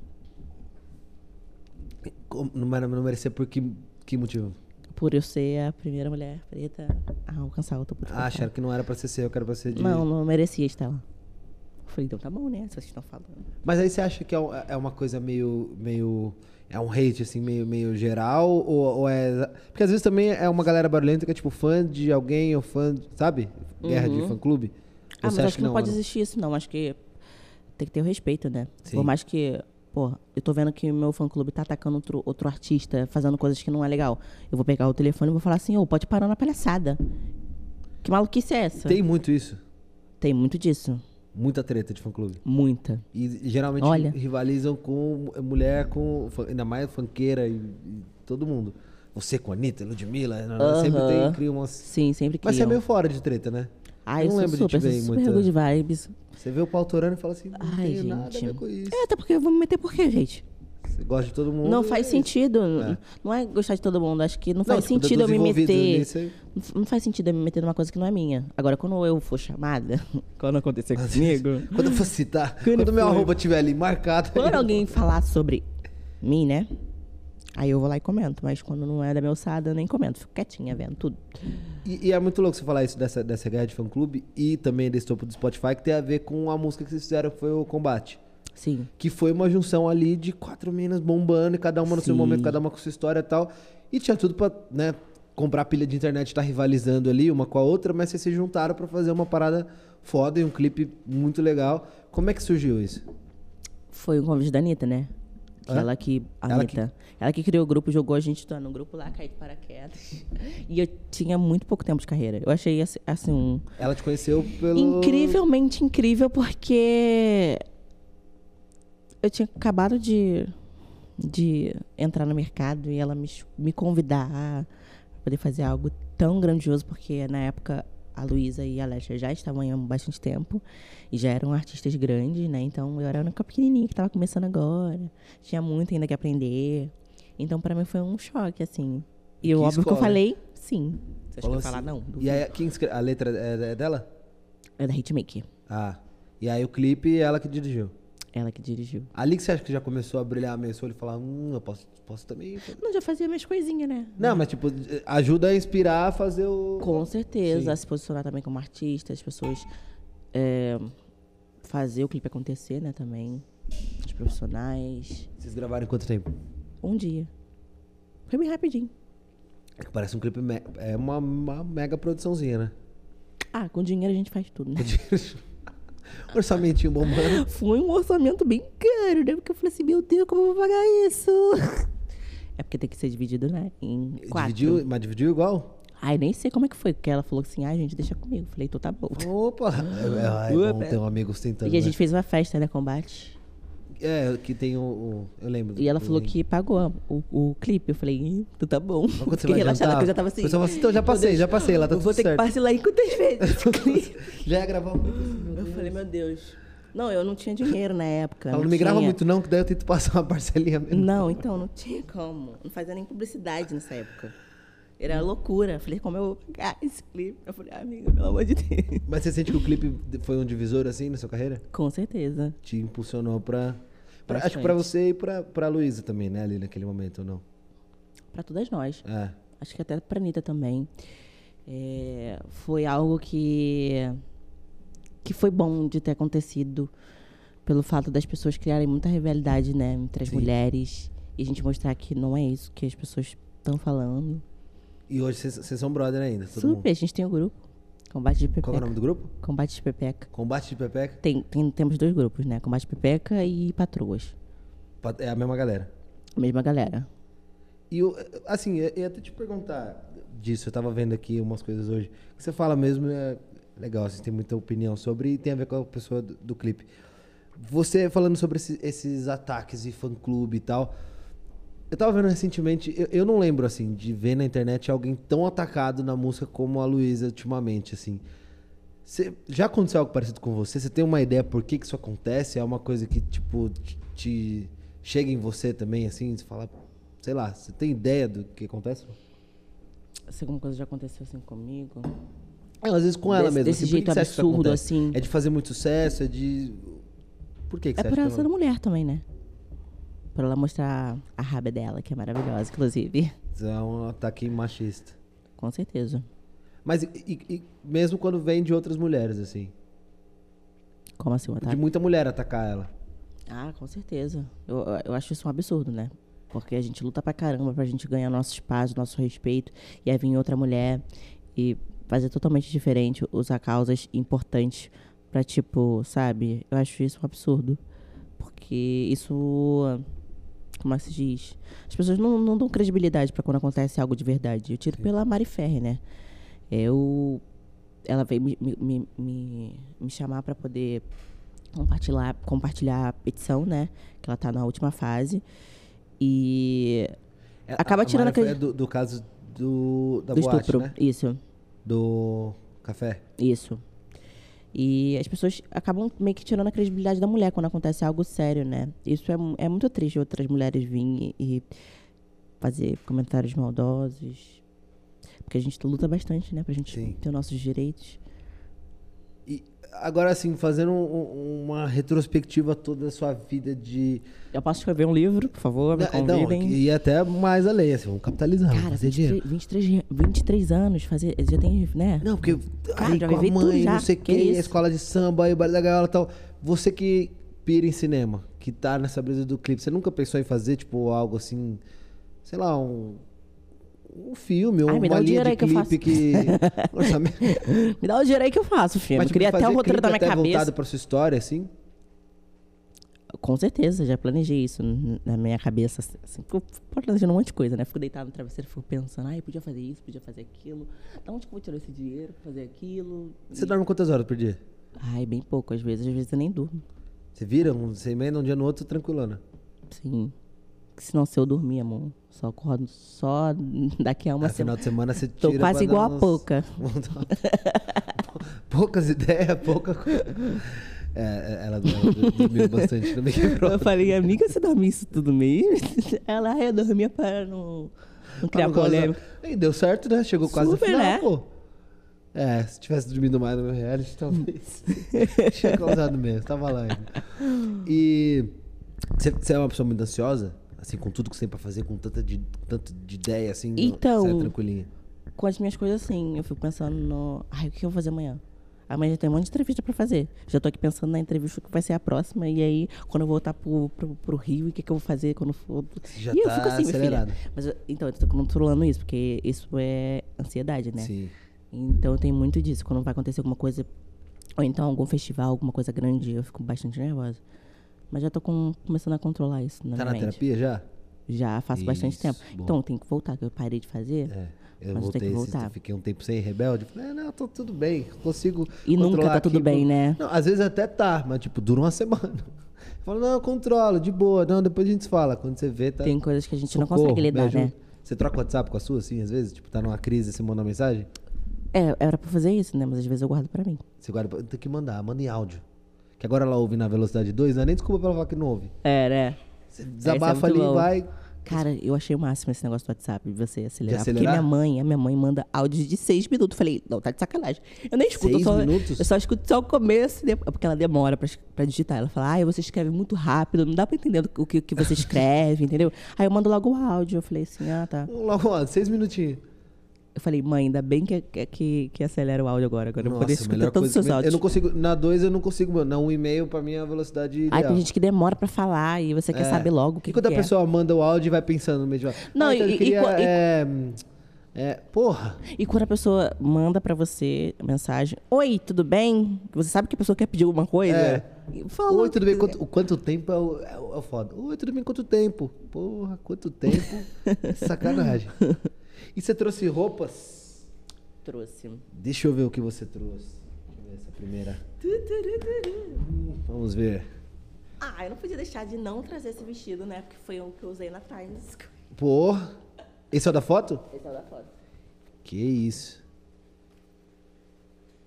A: Como- Não, mere- não merecia por que, que motivo?
B: Por eu ser a primeira mulher preta a alcançar o topo do
A: Ah, acharam que não era pra ser seu, eu quero pra ser de.
B: Não, não merecia estar lá. Eu falei, então tá bom, né? Se vocês estão falando.
A: Mas aí você acha que é, um- é uma coisa meio. meio. É um hate, assim, meio, meio geral? Ou, ou é. Porque às vezes também é uma galera barulhenta que é tipo fã de alguém ou fã. de- Sabe? Guerra de fã clube? Ou
B: Uhum. Ah, mas
A: você
B: acho que não, pode
A: mano?
B: existir isso, não. Acho que tem que ter o respeito, né?
A: Sim.
B: Por mais que, porra, eu tô vendo que o meu fã-clube tá atacando outro, outro artista, fazendo coisas que não é legal. Eu vou pegar o telefone e vou falar assim, ô, pode parar na palhaçada. Que maluquice é essa?
A: Tem muito isso.
B: Tem muito disso.
A: Muita treta de fã clube.
B: Muita.
A: E geralmente
B: Olha.
A: rivalizam com mulher, com fun- ainda mais funkeira e, e todo mundo. Você com a Anitta, Ludmilla, né, né, sempre tem,
B: Aham.
A: cria umas...
B: Sim, sempre que
A: Mas você é meio fora de treta, né? Eu
B: Ah, eu
A: não
B: sou
A: lembro de
B: super,
A: te ver
B: sou
A: em
B: super
A: muita-
B: good vibes.
A: Você vê o pau torando e fala assim, não
B: Ai,
A: tenho nada a ver
B: gente.
A: com isso.
B: É, até porque eu vou me meter por quê, gente?
A: Você gosta de todo mundo.
B: Não faz
A: é
B: sentido. n- Não é gostar de todo mundo. Acho que não, faz
A: tipo, do-
B: sentido eu
A: dos
B: me
A: envolvidos
B: meter.
A: nisso aí.
B: Não f- Não faz sentido eu me meter numa coisa que não é minha. Agora, quando eu for chamada, quando acontecer comigo,
A: Quando eu for citar,
B: Quando
A: quando meu
B: for.
A: arroba estiver ali marcado...
B: quando alguém falar sobre mim, né? Aí eu vou lá e comento. Mas quando não é da minha alçada, eu nem comento. Fico quietinha vendo tudo.
A: E, e é muito louco você falar isso dessa, dessa guerra de fã-clube e também desse topo do Spotify, que tem a ver com a música que vocês fizeram, que foi o Combate.
B: Sim.
A: que foi uma junção ali de quatro minas bombando, e cada uma no seu
B: Sim.
A: momento, cada uma com sua história e tal. E tinha tudo pra, né, comprar pilha de internet, tá rivalizando ali uma com a outra, mas vocês se juntaram pra fazer uma parada foda e um clipe muito legal. Como é que surgiu isso?
B: Foi um convite da Anitta, né? Que
A: Hã?
B: ela que. A
A: Ela
B: Anitta. Ela que criou o grupo, jogou a gente tá, no grupo lá, caí de paraquedas. E eu tinha muito pouco tempo de carreira. Eu achei assim- assim um.
A: Ela te conheceu pelo...
B: Incrivelmente incrível, porque eu tinha acabado de, de entrar no mercado e ela me, ch- me convidar a poder fazer algo tão grandioso, porque na época a Luísa e a Alexia já estavam aí há bastante tempo e já eram artistas grandes, né? Então eu era a única pequenininha que estava começando agora, tinha muito ainda que aprender. Então pra mim foi um choque, assim. E eu,
A: Que
B: óbvio que eu
A: escola, hein?
B: falei sim. Você acha que eu
A: Falou
B: ia falar
A: assim.
B: não?
A: E aí, quem escre... a letra é, é dela?
B: É da Hitmaker,
A: Ah. E aí o clipe, é ela que dirigiu.
B: ela que dirigiu.
A: Ali que você acha que já começou a brilhar meio seu olho e falar, hum, eu posso, posso também...
B: Não, já fazia minhas coisinhas, né?
A: Não, mas tipo, ajuda a inspirar a fazer o...
B: Com certeza,
A: Sim.
B: se posicionar também como artista, as pessoas é, fazer o clipe acontecer, né, também. Os profissionais.
A: Vocês gravaram em quanto tempo?
B: Um dia. Foi bem rapidinho.
A: É que Parece um clipe. me- É uma, uma mega produçãozinha, né?
B: Ah, com dinheiro a gente faz tudo, né?
A: Orçamentinho bombando.
B: Foi um orçamento bem caro, né? Porque eu falei assim, meu Deus, como eu vou pagar isso? É porque tem que ser dividido, né? Em quatro.
A: Dividiu, mas dividiu igual?
B: Ai, nem sei como é que foi, porque ela falou assim, ai, gente, deixa comigo. Falei, então tá bom.
A: Opa! É, é bom
B: Upa.
A: ter um amigo sentando.
B: E a gente fez uma festa, né, combate.
A: É, que tem o. o- eu lembro.
B: E ela
A: do
B: falou
A: link.
B: que pagou o, o clipe. Eu falei, "Ih, então tá bom.
A: Hum. Mas quando você
B: Fiquei
A: vai
B: relaxada,
A: adiantar,
B: porque eu já tava assim.
A: o pessoal fala assim, então já
B: "Meu
A: passei,
B: Deus,
A: já passei, lá tá
B: eu Vou
A: tudo
B: ter
A: certo."
B: que parcelar em quantas vezes esse clipe?
A: Já ia gravar um pouco assim, meu
B: Eu
A: Deus.
B: falei, meu Deus. Não, eu não tinha dinheiro na época.
A: Ela não me grava
B: tinha.
A: muito, não, que daí eu tento passar uma parcelinha mesmo.
B: Não, então, não tinha como. Não fazia nem publicidade nessa época. Era loucura. Falei, como eu vou pagar esse clipe? Eu falei, "Ah, amiga, pelo amor de Deus.
A: Mas você sente que o clipe foi um divisor assim na sua carreira?
B: Com certeza.
A: Te impulsionou pra. pra- acho que
B: Bastante.
A: pra você e pra, pra Luísa também, né, ali naquele momento, ou não?
B: Pra todas nós.
A: É.
B: Acho que até pra Anitta também. É, foi algo que, que foi bom de ter acontecido. Pelo fato das pessoas criarem muita rivalidade, né? Entre as
A: Sim.
B: mulheres. E a gente mostrar que não é isso que as pessoas estão falando.
A: E hoje vocês- vocês são brother ainda, todo
B: Super,
A: mundo.
B: a gente tem o grupo. Combate de
A: Qual que é o
B: Pepeca.
A: nome do grupo?
B: Combate de Pepeca.
A: Combate de Pepeca?
B: Tem, tem- temos dois grupos, né? Combate de Pepeca e Patroas.
A: Pa- É a mesma galera.
B: Mesma galera.
A: E eu, assim, eu ia até te perguntar disso, eu tava vendo aqui umas coisas hoje. O que você fala mesmo é legal, você tem muita opinião sobre e tem a ver com a pessoa do, do clipe. Você falando sobre esse- esses ataques e fã clube e tal. Eu tava vendo recentemente, eu, eu não lembro, assim, de ver na internet alguém tão atacado na música como a Luísa ultimamente, assim. Cê- já aconteceu algo parecido com você? Você tem uma ideia por que, que isso acontece? É uma coisa que, tipo, te, te- chega em você também, assim? Você fala, sei lá, você tem ideia do que acontece?
B: Se alguma coisa já aconteceu assim comigo.
A: É, às vezes com ela
B: Desse-
A: mesmo.
B: desse
A: assim, por que
B: jeito
A: que você acha que isso
B: absurdo,
A: acontece?
B: assim.
A: É de fazer muito sucesso? É de. Por que, que
B: É
A: você
B: por
A: acha
B: ela
A: que
B: ser
A: ela...
B: mulher também, né? Pra ela mostrar a raba dela, que é maravilhosa, inclusive.
A: Isso É um ataque machista.
B: Com certeza.
A: Mas e- e- e mesmo quando vem de outras mulheres, assim.
B: Como assim, um
A: De
B: ataque?
A: muita mulher atacar ela.
B: Ah, com certeza. Eu, eu acho isso um absurdo, né? Porque a gente luta pra caramba pra gente ganhar nosso espaço, nosso respeito. E aí vir outra mulher e fazer totalmente diferente, usar causas importantes pra, tipo, sabe? Eu acho isso um absurdo. Porque isso. Como é que se diz? As pessoas não, não dão credibilidade pra quando acontece algo de verdade. Eu tiro pela Mari Ferre, né? Eu. Ela veio me, me- me, me, me chamar pra poder compartilhar, compartilhar a petição, né? Que ela tá na última fase. E.
A: É,
B: Acaba tirando
A: Mara foi
B: aquele-
A: do, do caso do, da
B: do
A: boate,
B: estupro.
A: né?
B: Isso.
A: Do café.
B: Isso. E as pessoas acabam meio que tirando a credibilidade da mulher quando acontece algo sério, né? Isso é, mu- é muito triste outras mulheres virem e, e fazer comentários maldosos. Porque a gente luta bastante, né? Pra gente
A: Sim.
B: ter os nossos direitos.
A: E agora, assim, fazendo um- um- uma retrospectiva toda da sua vida de.
B: Eu posso escrever um livro, por favor, me
A: Não,
B: convidem.
A: e até mais além, assim, vamos capitalizar, vamos
B: Cara,
A: fazer dinheiro.
B: 23, 23, 23 anos, fazer, já tem, né?
A: Não, porque
B: Cara,
A: aí
B: já
A: com a
B: vivi tudo
A: mãe, não
B: já,
A: sei o
B: que
A: quem, a
B: isso?
A: escola de samba, aí o baile da gaiola e tal. Você que pira em cinema, que tá nessa brisa do clipe, você nunca pensou em fazer, tipo, algo assim, sei lá, um, um filme, ou
B: Ai, me dá
A: uma
B: um
A: linha
B: dinheiro
A: de
B: aí que eu
A: clipe que... Orçamento.
B: Me dá o dinheiro aí que eu faço, filho.
A: Mas,
B: Eu
A: tipo,
B: queria até
A: fazer
B: o
A: clipe
B: roteiro da minha
A: até
B: cabeça.
A: voltado pra sua história, assim?
B: Com certeza, já planejei isso n- na minha cabeça. Assim, fico planejando um monte de coisa, né? Fico deitado no travesseiro, fico pensando, ai, podia fazer isso, podia fazer aquilo. Da onde que eu vou tirar esse dinheiro pra fazer aquilo?
A: Você dorme quantas horas por dia?
B: Ai, bem pouco, às vezes, às vezes eu nem durmo.
A: Você vira, um, você emenda um dia no outro, tranquilona.
B: Sim. Que assim. Senão se eu dormir, amor, só acordo só daqui a uma
A: No final
B: semana.
A: de semana você
B: Tô
A: tira pra
B: quase igual
A: dar
B: a
A: uns-
B: pouca.
A: Poucas ideias, pouca coisa. É, é, ela, ela dormiu bastante também.
B: Eu falei, amiga, você dorme isso tudo mesmo? Ela, ai, eu dormia para não, não criar polêmica.
A: E deu certo, né? Chegou quase
B: Super,
A: no final,
B: né?
A: pô. É, se tivesse dormido mais no meu reality, talvez. Tinha causado mesmo, tava lá ainda. E você- você é uma pessoa muito ansiosa? Assim, com tudo que você tem pra fazer, com tanta de, tanto de ideia, assim, não-
B: Então-
A: você é tranquilinha.
B: com as minhas coisas assim. Eu fico pensando no. Ai, o que eu vou fazer amanhã? Amanhã já tem um monte de entrevista pra fazer. Já tô aqui pensando na entrevista que vai ser a próxima. E aí, quando eu voltar pro, pro, pro Rio, o que, que eu vou fazer quando for.
A: já
B: e eu
A: tá
B: fico assim, minha filha.
A: acelerada.
B: Mas eu- então, eu tô controlando isso, porque isso é ansiedade, né?
A: Sim.
B: Então eu tenho muito disso. Quando vai acontecer alguma coisa, ou então algum festival, alguma coisa grande, eu fico bastante nervosa. Mas já tô com- começando a controlar isso na
A: Tá
B: minha
A: na
B: mente.
A: terapia já?
B: Já faço bastante
A: Isso,
B: tempo.
A: bom.
B: Então, tem que voltar, que eu parei de fazer.
A: É. Eu
B: Mas tem
A: voltei,
B: que
A: esse-
B: voltar.
A: fiquei um tempo sem rebelde. Falei, "Ah, não, tô tudo bem, consigo.
B: E nunca
A: controlar
B: tá tudo
A: aqui."
B: bem, né?
A: Não, às vezes até tá, mas tipo, dura uma semana. Eu falo, não, eu controlo, de boa. Não, depois a gente se fala. Quando você vê, tá.
B: Tem coisas que a gente não
A: Socorro,
B: consegue
A: me
B: lidar,
A: ajuda.
B: né?
A: Você troca o WhatsApp com a sua, assim, às vezes? Tipo, tá numa crise, você manda uma mensagem?
B: É, era pra fazer isso, né? Mas às vezes eu guardo pra mim.
A: Você guarda. pra- Tem que mandar, manda em áudio. Que agora ela ouve na velocidade 2, não é nem desculpa pra ela falar que não ouve.
B: É, né?
A: Você desabafa
B: muito
A: ali e
B: bom.
A: vai.
B: Cara, eu achei o máximo esse negócio do WhatsApp, de você acelerar.
A: De
B: Porque
A: acelerar?
B: minha mãe, a minha mãe manda áudios de seis minutos. Falei, não, tá de sacanagem. Eu nem escuto, eu
A: Seis
B: só,
A: minutos?
B: eu só escuto só o começo, e depois- porque ela demora pra, es- pra digitar. Ela fala, ai, você escreve muito rápido, não dá pra entender o que, o que você escreve, entendeu? Aí eu mando logo o áudio. Eu falei assim, ah, tá.
A: Logo, ó, seis minutinhos.
B: Eu falei, mãe, ainda bem que, que- que, que acelera o áudio agora. Agora eu vou um poder
A: Nossa, a
B: escutar
A: melhor
B: todos os
A: coisa
B: seus
A: que- Eu
B: áudios.
A: não consigo. Na 2 eu não consigo, mano. Na 1 um e meio, pra mim, é a velocidade ideal.
B: Aí tem gente que demora pra falar e você quer saber logo o que,
A: E quando
B: que
A: a
B: é.
A: pessoa manda o áudio e vai pensando no meio de...
B: Não,
A: ah, então
B: e-
A: eu
B: e
A: queria,
B: co- e-
A: é, hum, é, Porra!
B: E quando a pessoa manda pra você a mensagem, oi, tudo bem? Você sabe que a pessoa quer pedir alguma coisa?
A: É.
B: E Fala.
A: Oi, tudo bem? Quanto, quanto tempo é o, é, o, é o foda? Oi, tudo bem? Quanto tempo? Porra, quanto tempo? Sacanagem. E você trouxe roupas?
B: Trouxe.
A: Deixa eu ver o que você trouxe. Deixa eu ver essa primeira. Hum, Vamos ver.
B: Ah, eu não podia deixar de não trazer esse vestido, né? Porque foi o que eu usei na Times.
A: Porra! Esse é o da foto?
B: Esse é o da foto.
A: Que isso.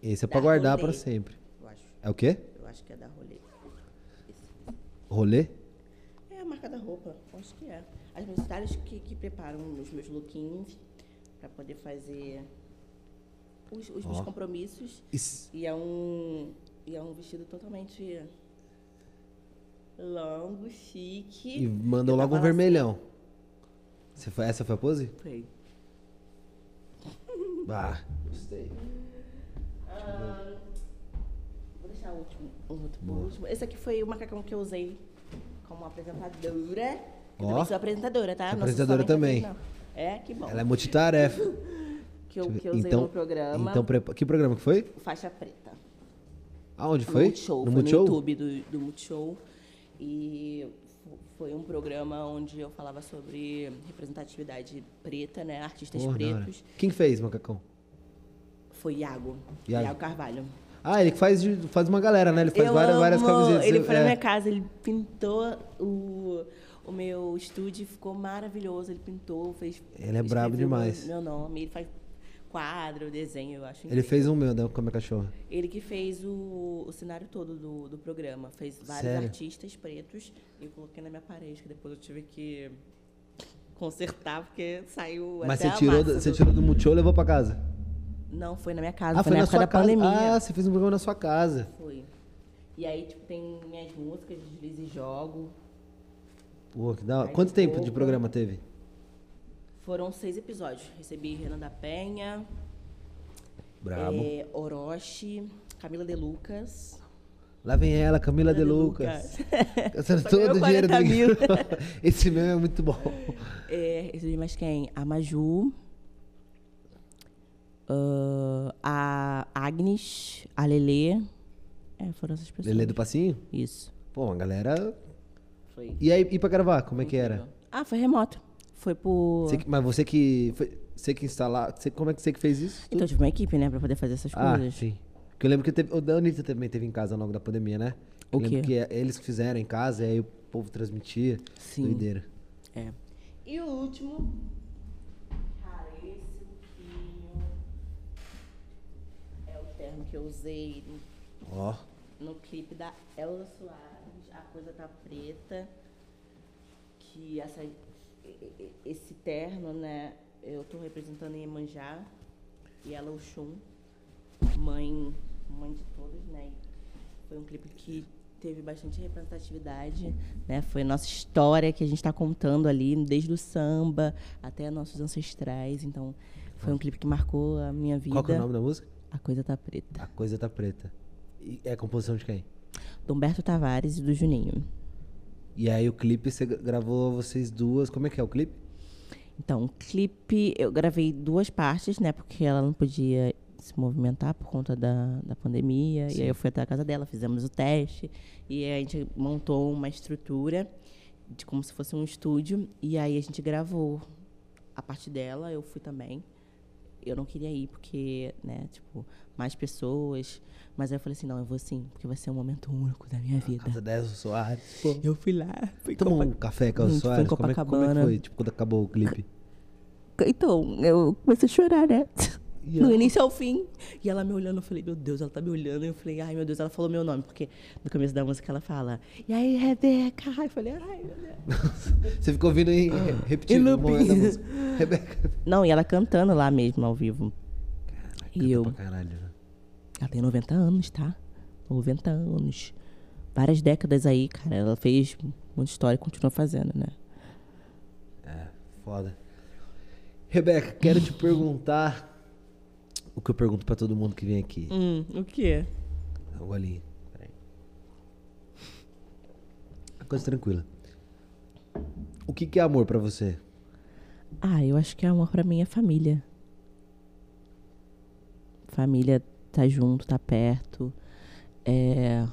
A: Esse é pra
B: Da
A: guardar
B: Rolê.
A: pra sempre.
B: Eu acho.
A: É o quê?
B: Eu acho que é da Rolê. Esse.
A: Rolê?
B: É a marca da roupa. eu Acho que é. As publicitárias que, que preparam os meus lookinhos pra poder fazer os, os meus
A: Ó.
B: compromissos.
A: Isso.
B: E é um, e é um vestido totalmente longo, chique.
A: E mandou
B: Eu
A: logo um
B: tava assim. lá-
A: vermelhão. Você foi, essa foi a pose?
B: Foi.
A: Ah, gostei.
B: Vou deixar o último, o outro por último. Esse aqui foi o macacão que eu usei como apresentadora. Eu
A: Ó.
B: também sou apresentadora, tá?
A: Você é
B: Não sou
A: apresentadora
B: somente
A: também.
B: atriz, não. É, que bom.
A: Ela é multitarefa.
B: Que eu,
A: Deixa
B: que
A: eu
B: eu
A: ver.
B: usei no programa.
A: Então, prepa- que programa que foi?
B: Faixa preta.
A: Aonde
B: No
A: foi?
B: Multishow, foi
A: Multishow?
B: no YouTube do, do Multishow. E fo- foi um programa onde eu falava sobre representatividade preta, né? Artistas
A: Porra, da hora.
B: pretos.
A: Quem que fez, Macacão?
B: Foi Iago.
A: Iago.
B: Iago, Carvalho.
A: Ah, ele que faz, de- faz uma galera, né? Ele faz
B: eu
A: várias,
B: amo.
A: várias camisetas.
B: Ele
A: Eu-
B: foi
A: é.
B: na minha casa, ele pintou o, o meu estúdio, ficou maravilhoso. Ele pintou, fez.
A: Ele é brabo
B: escreveu
A: demais.
B: Meu nome, ele faz quadro, desenho, eu acho.
A: Ele
B: incrível.
A: fez um meu, né? Com a minha cachorra.
B: Ele que fez o, o cenário todo do, do programa. Fez vários
A: Sério?
B: artistas pretos. E eu coloquei na minha parede, que depois eu tive que consertar, porque saiu
A: Mas
B: até
A: você
B: a
A: tirou,
B: massa
A: do, você
B: do-
A: tirou do Multishow e levou pra casa?
B: Não, foi na minha casa.
A: Ah,
B: foi na época da pandemia.
A: Ah, você fez um programa na sua casa.
B: Foi. E aí, tipo, tem minhas músicas, deslize e jogo.
A: Pô, que da hora.
B: Aí
A: Quanto tempo
B: ficou-
A: de programa teve?
B: Foram seis episódios. Recebi Renan da Penha,
A: Brabo.
B: eh, Orochi, Camila De Lucas.
A: Lá vem ela, Camila De Lucas. Gastando
B: Só
A: todo
B: ganhou
A: o dinheiro do
B: 40
A: Big
B: mil.
A: Brother. Esse meme é muito bom.
B: É, recebi mais quem? A Maju. ah, a Agnes, a Lelê. É, foram essas pessoas.
A: Lelê do Passinho?
B: Isso.
A: Pô, a galera.
B: Foi.
A: E aí, e pra gravar, como é que era?
B: Ah, foi remoto. Foi por.
A: Você que- mas você que. foi- você que instalar. você- como é que você que fez isso?
B: Então, eu tive uma equipe, né, pra poder fazer essas
A: Ah,
B: coisas.
A: sim. Porque eu lembro que teve, o da Anitta também teve em casa logo da pandemia, né?
B: O
A: Eu lembro
B: quê?
A: que é- eles que fizeram em casa, e aí o povo transmitia.
B: Sim.
A: Doideira.
B: É. E o último. Cara, esse pouquinho. É o terno que eu usei
A: Ó.
B: no clipe da Elza Soares. A coisa tá preta. Que essa, e- e- esse terno, né? Eu tô representando em Iemanjá. E ela, o Xum. Mãe, mãe de todos, né? E foi um clipe que teve bastante representatividade, né? Foi a nossa história que a gente está contando ali, desde o samba até nossos ancestrais. Então, foi um clipe que marcou a minha vida.
A: Qual que é o nome da música?
B: A coisa tá preta.
A: A Coisa Tá Preta. E é a composição de quem?
B: do Humberto Tavares e do Juninho.
A: E aí o clipe você gra- gravou vocês duas. Como é que é o clipe?
B: Então, o clipe, eu gravei duas partes, né? Porque ela não podia se movimentar por conta da, da pandemia. E aí eu fui até a casa dela, fizemos o teste. E aí a gente montou uma estrutura de como se fosse um estúdio. E aí a gente gravou a parte dela, eu fui também. eu não queria ir porque, né, tipo, mais pessoas. Mas aí eu falei assim, não, eu vou sim, porque vai ser um momento único da minha vida.
A: Casa 10 Soares. Pô.
B: Eu fui lá, fui
A: Ah, tá. Tomou um
B: É. Copa-
A: café com a
B: Hum, foi em
A: Soares? Como é, que- como é que
B: Copacabana.
A: foi? Tipo, quando acabou o clipe.
B: Então, eu comecei a chorar, né?
A: E
B: Do
A: ela-
B: início ao fim. E ela me olhando, eu falei, meu Deus, ela tá me olhando. Eu falei, ai, meu Deus, ela falou meu nome, porque no começo da música ela fala, e aí, Rebeca? Eu falei, ai, meu Deus.
A: Você ficou ouvindo e
B: Ah,
A: repetindo
B: E
A: o momento da
B: looping.
A: música. Rebeca.
B: Não, e ela cantando lá mesmo, ao vivo. e eu,
A: Pra caralho, né?
B: Ela tem 90 anos, tá? 90 anos. Várias décadas aí, cara. Ela fez muita história e continua fazendo, né?
A: É, Foda. Rebeca, quero te perguntar o que eu pergunto pra todo mundo que vem aqui.
B: Hum, o quê? Hum.
A: Dá um golinho. Peraí. Uma coisa tranquila. O que, que é amor pra você?
B: Ah, eu acho que é amor pra mim é família. Família tá junto, tá perto. É,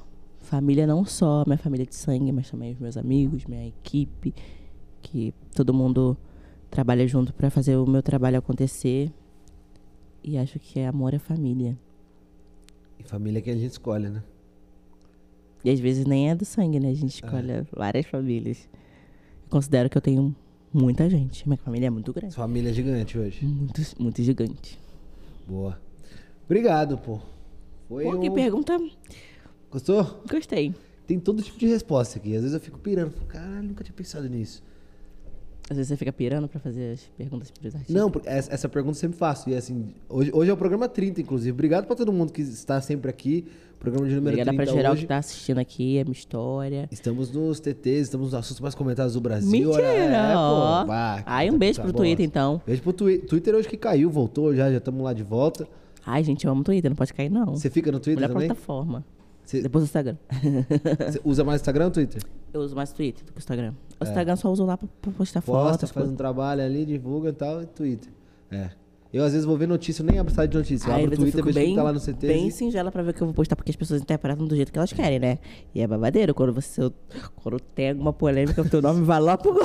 B: família não só minha família é de sangue, mas também os meus amigos, minha equipe, que todo mundo trabalha junto pra fazer o meu trabalho acontecer. E acho que é amor é família.
A: E família que a gente escolhe, né?
B: E às vezes nem é do sangue, né? A gente escolhe várias famílias. Eu considero que eu tenho muita gente. Minha família é muito grande.
A: Sua Família é gigante hoje.
B: Muito, muito gigante.
A: Boa. Obrigado, pô. Foi
B: Pô, que
A: um...
B: pergunta.
A: Gostou?
B: Gostei.
A: Tem todo tipo de resposta aqui. Às vezes eu fico pirando. Falo, Caralho, nunca tinha pensado nisso.
B: Às vezes você fica pirando pra fazer as perguntas pros artistas.
A: Não, porque essa essa pergunta eu sempre faço. E assim, hoje, hoje é o programa 30, inclusive. Obrigado pra todo mundo que está sempre aqui. Programa de número
B: Obrigada
A: 30
B: pra geral
A: hoje.
B: que tá assistindo aqui, a minha história.
A: Estamos nos TTs, estamos nos assuntos mais comentados do Brasil.
B: Mentira!
A: É,
B: ó.
A: pô. Bah,
B: Ai,
A: tá
B: um beijo pro
A: bosta.
B: Twitter, então.
A: Beijo pro Twi- Twitter hoje que caiu, voltou já, já estamos lá de volta.
B: Ai, gente, eu amo o Twitter, não pode cair, não.
A: Você fica no Twitter
B: Melhor
A: também?
B: plataforma.
A: Você
B: Depois o Instagram.
A: você usa mais Instagram ou Twitter?
B: Eu uso mais Twitter do que o Instagram. O Instagram só uso lá pra, pra postar
A: É. Posta,
B: fotos.
A: faz um trabalho ali, divulga e tal, e Twitter. É. Eu às vezes vou ver notícia, eu nem abro site de notícia. Eu
B: Aí,
A: abro o
B: às vezes,
A: Twitter,
B: eu
A: vejo
B: fico
A: quem tá lá no CT.
B: Bem singela pra ver o que eu vou postar, porque as pessoas interpretam do jeito que elas querem, né? E é babadeiro. Quando você quando tem alguma polêmica, o teu nome vai lá pro.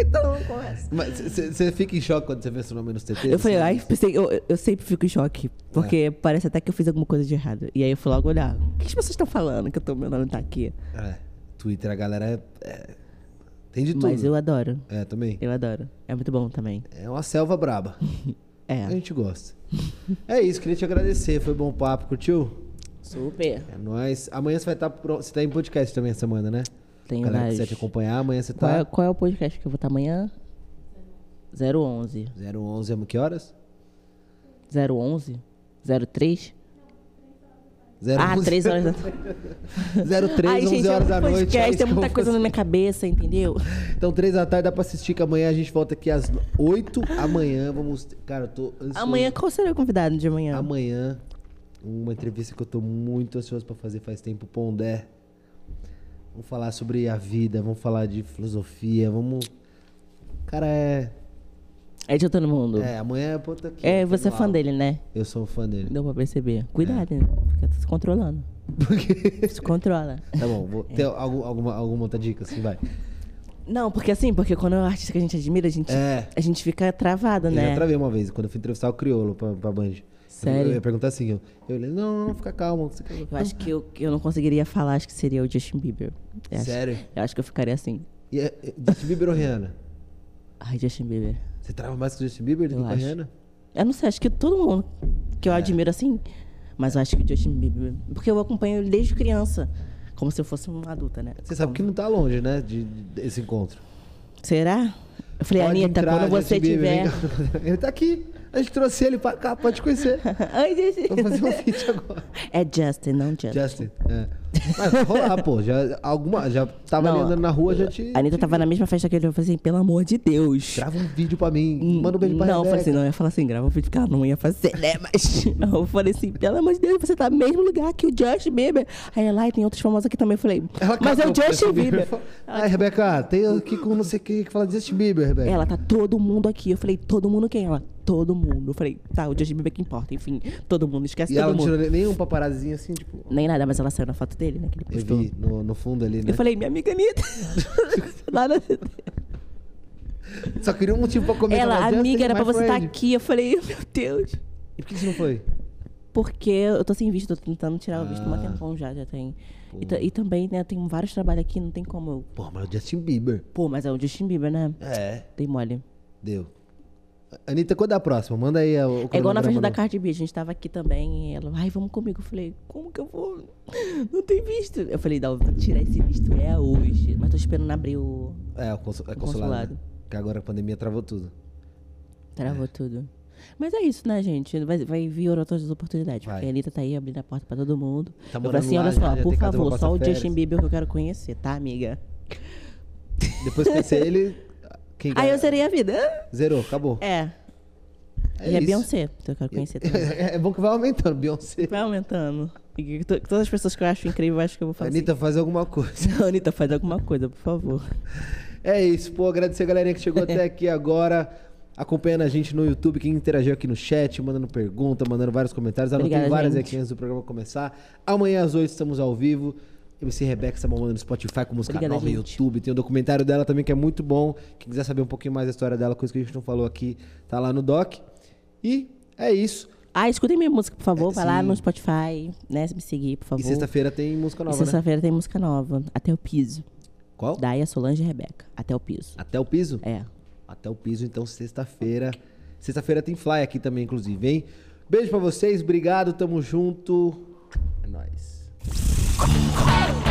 B: então não começa.
A: Mas você fica em choque quando você vê seu nome nos TTs?
B: Eu falei,
A: assim?
B: ai, pensei, eu, eu sempre fico em choque. Porque
A: É.
B: parece até que eu fiz alguma coisa de errado. E aí eu fui logo olhar. O que as pessoas estão falando? Que eu tô, meu nome tá aqui.
A: É, Twitter, a galera é, é, tem de tudo.
B: Mas eu adoro.
A: É, também.
B: Eu adoro. É muito bom também.
A: É uma selva braba. A
B: É.
A: gente gosta. É isso, queria te agradecer. Foi bom papo, curtiu?
B: Super.
A: É nóis. Amanhã você vai estar pro... Você tá em podcast também essa semana, né?
B: Tenho
A: Galera que
B: vários.
A: quiser te acompanhar, amanhã você
B: Qual é,
A: tá.
B: qual é o podcast que eu vou estar amanhã? 011.
A: 011, é que horas?
B: 011? 03?
A: 011,
B: Ah, 3 horas da
A: 03,
B: Ai,
A: 11
B: gente, é
A: horas
B: muito
A: da noite.
B: podcast,
A: é isso
B: tem
A: que eu
B: muita
A: vou
B: coisa
A: fazer.
B: na minha cabeça, entendeu?
A: Então, 3 da tarde dá pra assistir, que amanhã a gente volta aqui às 8 amanhã. Vamos. Cara, eu tô ansioso.
B: Amanhã, qual será o convidado de amanhã?
A: Amanhã, uma entrevista que eu tô muito ansioso pra fazer faz tempo, Pondé. Vamos falar sobre a vida, vamos falar de filosofia, vamos. Cara, é.
B: É de todo mundo.
A: É, amanhã eu boto aqui.
B: É,
A: eu
B: você é
A: tenho
B: fã
A: aula.
B: dele, né?
A: Eu sou fã dele.
B: Deu pra perceber. Cuidado, né? Fica se controlando. Se controla.
A: Tá bom, vou... tem algum- alguma, alguma outra dica, assim, vai.
B: Não, porque assim, porque quando é um artista que a gente admira, a gente,
A: É.
B: a gente fica travada,
A: Eu já
B: né?
A: travei uma vez, quando eu fui entrevistar o Criolo pra, pra Band. Eu-
B: Sério?
A: Eu ia perguntar assim, eu, eu falei, não, não, fica calmo. Você...
B: Eu acho que eu, que eu não conseguiria falar, acho que seria o Justin Bieber. Eu acho-
A: Sério?
B: eu acho que eu ficaria assim.
A: E é, é, Justin Bieber ou Rihanna?
B: Ai, Justin Bieber.
A: Você trava mais com o Justin Bieber do
B: Eu
A: que com a
B: acho.
A: Rihanna?
B: Eu não sei, acho que todo mundo que eu admiro assim, mas eu acho que o Justin Bieber. Porque eu acompanho ele desde criança. Como se eu fosse uma adulta, né?
A: Você sabe que não tá longe, né, de, desse encontro.
B: Será? Eu falei,
A: Pode
B: Anitta,
A: entrar,
B: quando você
A: Justin Bieber,
B: tiver.
A: vem cá. Ele tá aqui. A gente trouxe ele pra cá, pode conhecer.
B: Ai,
A: Vamos
B: Justin.
A: fazer um feat agora.
B: É Justin, não Justin.
A: Justin, é. Mas vai rolar, pô. Já, alguma, já tava ali
B: Não,
A: andando na rua, já te...
B: A Anitta tava na mesma festa que ele, eu falei assim, pelo amor de Deus.
A: Grava um vídeo pra mim. Manda um beijo pra
B: Hum, Não, eu
A: Rebeca.
B: falei assim, não, eu ia falar assim, grava um vídeo que ela não ia fazer, né? Mas eu falei assim, pelo amor de Deus, você tá no mesmo lugar que o Justin Bieber. Aí ela, e tem outros famosos aqui também. Eu falei, mas é o
A: catou
B: Justin Bieber.
A: Ai, Rebeca, tem aqui com não sei o que que fala de Justin Bieber, Rebeca.
B: Ela, tá todo mundo aqui. Eu falei, todo mundo quem? Ela, todo mundo. Eu falei, tá, o Justin Bieber que importa. Enfim, todo mundo, esquece
A: e
B: todo
A: ela não
B: mundo.
A: tirou nem- nenhum paparazinho assim, tipo.
B: Nem nada, mas ela saiu na foto dele, né? Que ele
A: Eu
B: postou.
A: vi no, no fundo ali, né?
B: Eu falei, minha amiga Anitta. Lá na...
A: Só queria um motivo pra comer
B: Ela,
A: Just
B: amiga,
A: Take
B: era pra
A: My
B: você estar
A: Friend.
B: aqui. Eu falei, meu Deus.
A: E por que você não foi?
B: Porque eu tô sem visto, tô tentando tirar o visto há um
A: Ah.
B: tempão já, já tem. E, ta- e também, né, eu tenho vários trabalhos aqui, não tem como eu.
A: Pô, mas é o Justin Bieber.
B: Pô, mas é o Justin Bieber, né?
A: É,
B: Dei mole.
A: deu. Anitta, quando é a próxima? Manda aí a- o
B: É igual na festa
A: cronograma
B: da
A: do-
B: Cardi B, a gente tava aqui também e ela, ai, vamos comigo. Eu falei, como que eu vou? Não tem visto. Eu falei, dá, tirar esse visto é hoje. Mas tô esperando abrir o.
A: É, o consu- é consulado.
B: consulado.
A: né? Porque agora a pandemia travou tudo. É.
B: Travou tudo. Mas é isso, né, gente? Vai, vai vir outras oportunidades.
A: Vai.
B: Porque a Anitta tá aí abrindo a porta pra todo mundo.
A: Tá
B: eu
A: morando
B: falei assim,
A: lá,
B: olha
A: já
B: só,
A: tem um
B: por
A: casa pra
B: favor,
A: passar
B: só o
A: férias.
B: Justin Bieber que eu quero conhecer, tá, amiga?
A: Depois que você ele. Quem
B: Aí
A: ganha?
B: eu serei a vida.
A: Zerou, acabou.
B: É.
A: É
B: e a
A: isso.
B: Beyoncé, que eu quero conhecer também.
A: É bom que vai aumentando, Beyoncé.
B: Vai aumentando. E que to- todas as pessoas que eu acho incrível, eu acho que eu vou fazer.
A: Anitta, faz alguma coisa.
B: Anitta, faz alguma coisa, por favor.
A: É isso, pô. Agradecer a galerinha que chegou até aqui agora. Acompanhando a gente no YouTube, quem interagiu aqui no chat, mandando pergunta, mandando vários comentários. Anotei
B: Obrigada,
A: várias
B: gente.
A: aqui antes do programa começar. Amanhã às 8 estamos ao vivo. MC Rebeca está mamando no Spotify com música
B: Obrigada,
A: nova no
B: gente.
A: YouTube. Tem um documentário dela também que é muito bom. Quem quiser saber um pouquinho mais da história dela, coisa que a gente não falou aqui, tá lá no doc. E é isso.
B: Ah, escutem minha música, por favor.
A: É,
B: Vai lá
A: sim.
B: no Spotify, né? Me seguir, por favor.
A: E sexta-feira tem música
B: E
A: nova, né?
B: sexta-feira tem música nova. Até o piso.
A: Qual?
B: Daí a Solange e Rebeca. Até o piso.
A: Até o piso?
B: É.
A: Até o piso, então sexta-feira. Sexta-feira tem fly aqui também, inclusive, hein? Beijo pra vocês, obrigado, tamo junto. É nóis.
C: Quero, quero,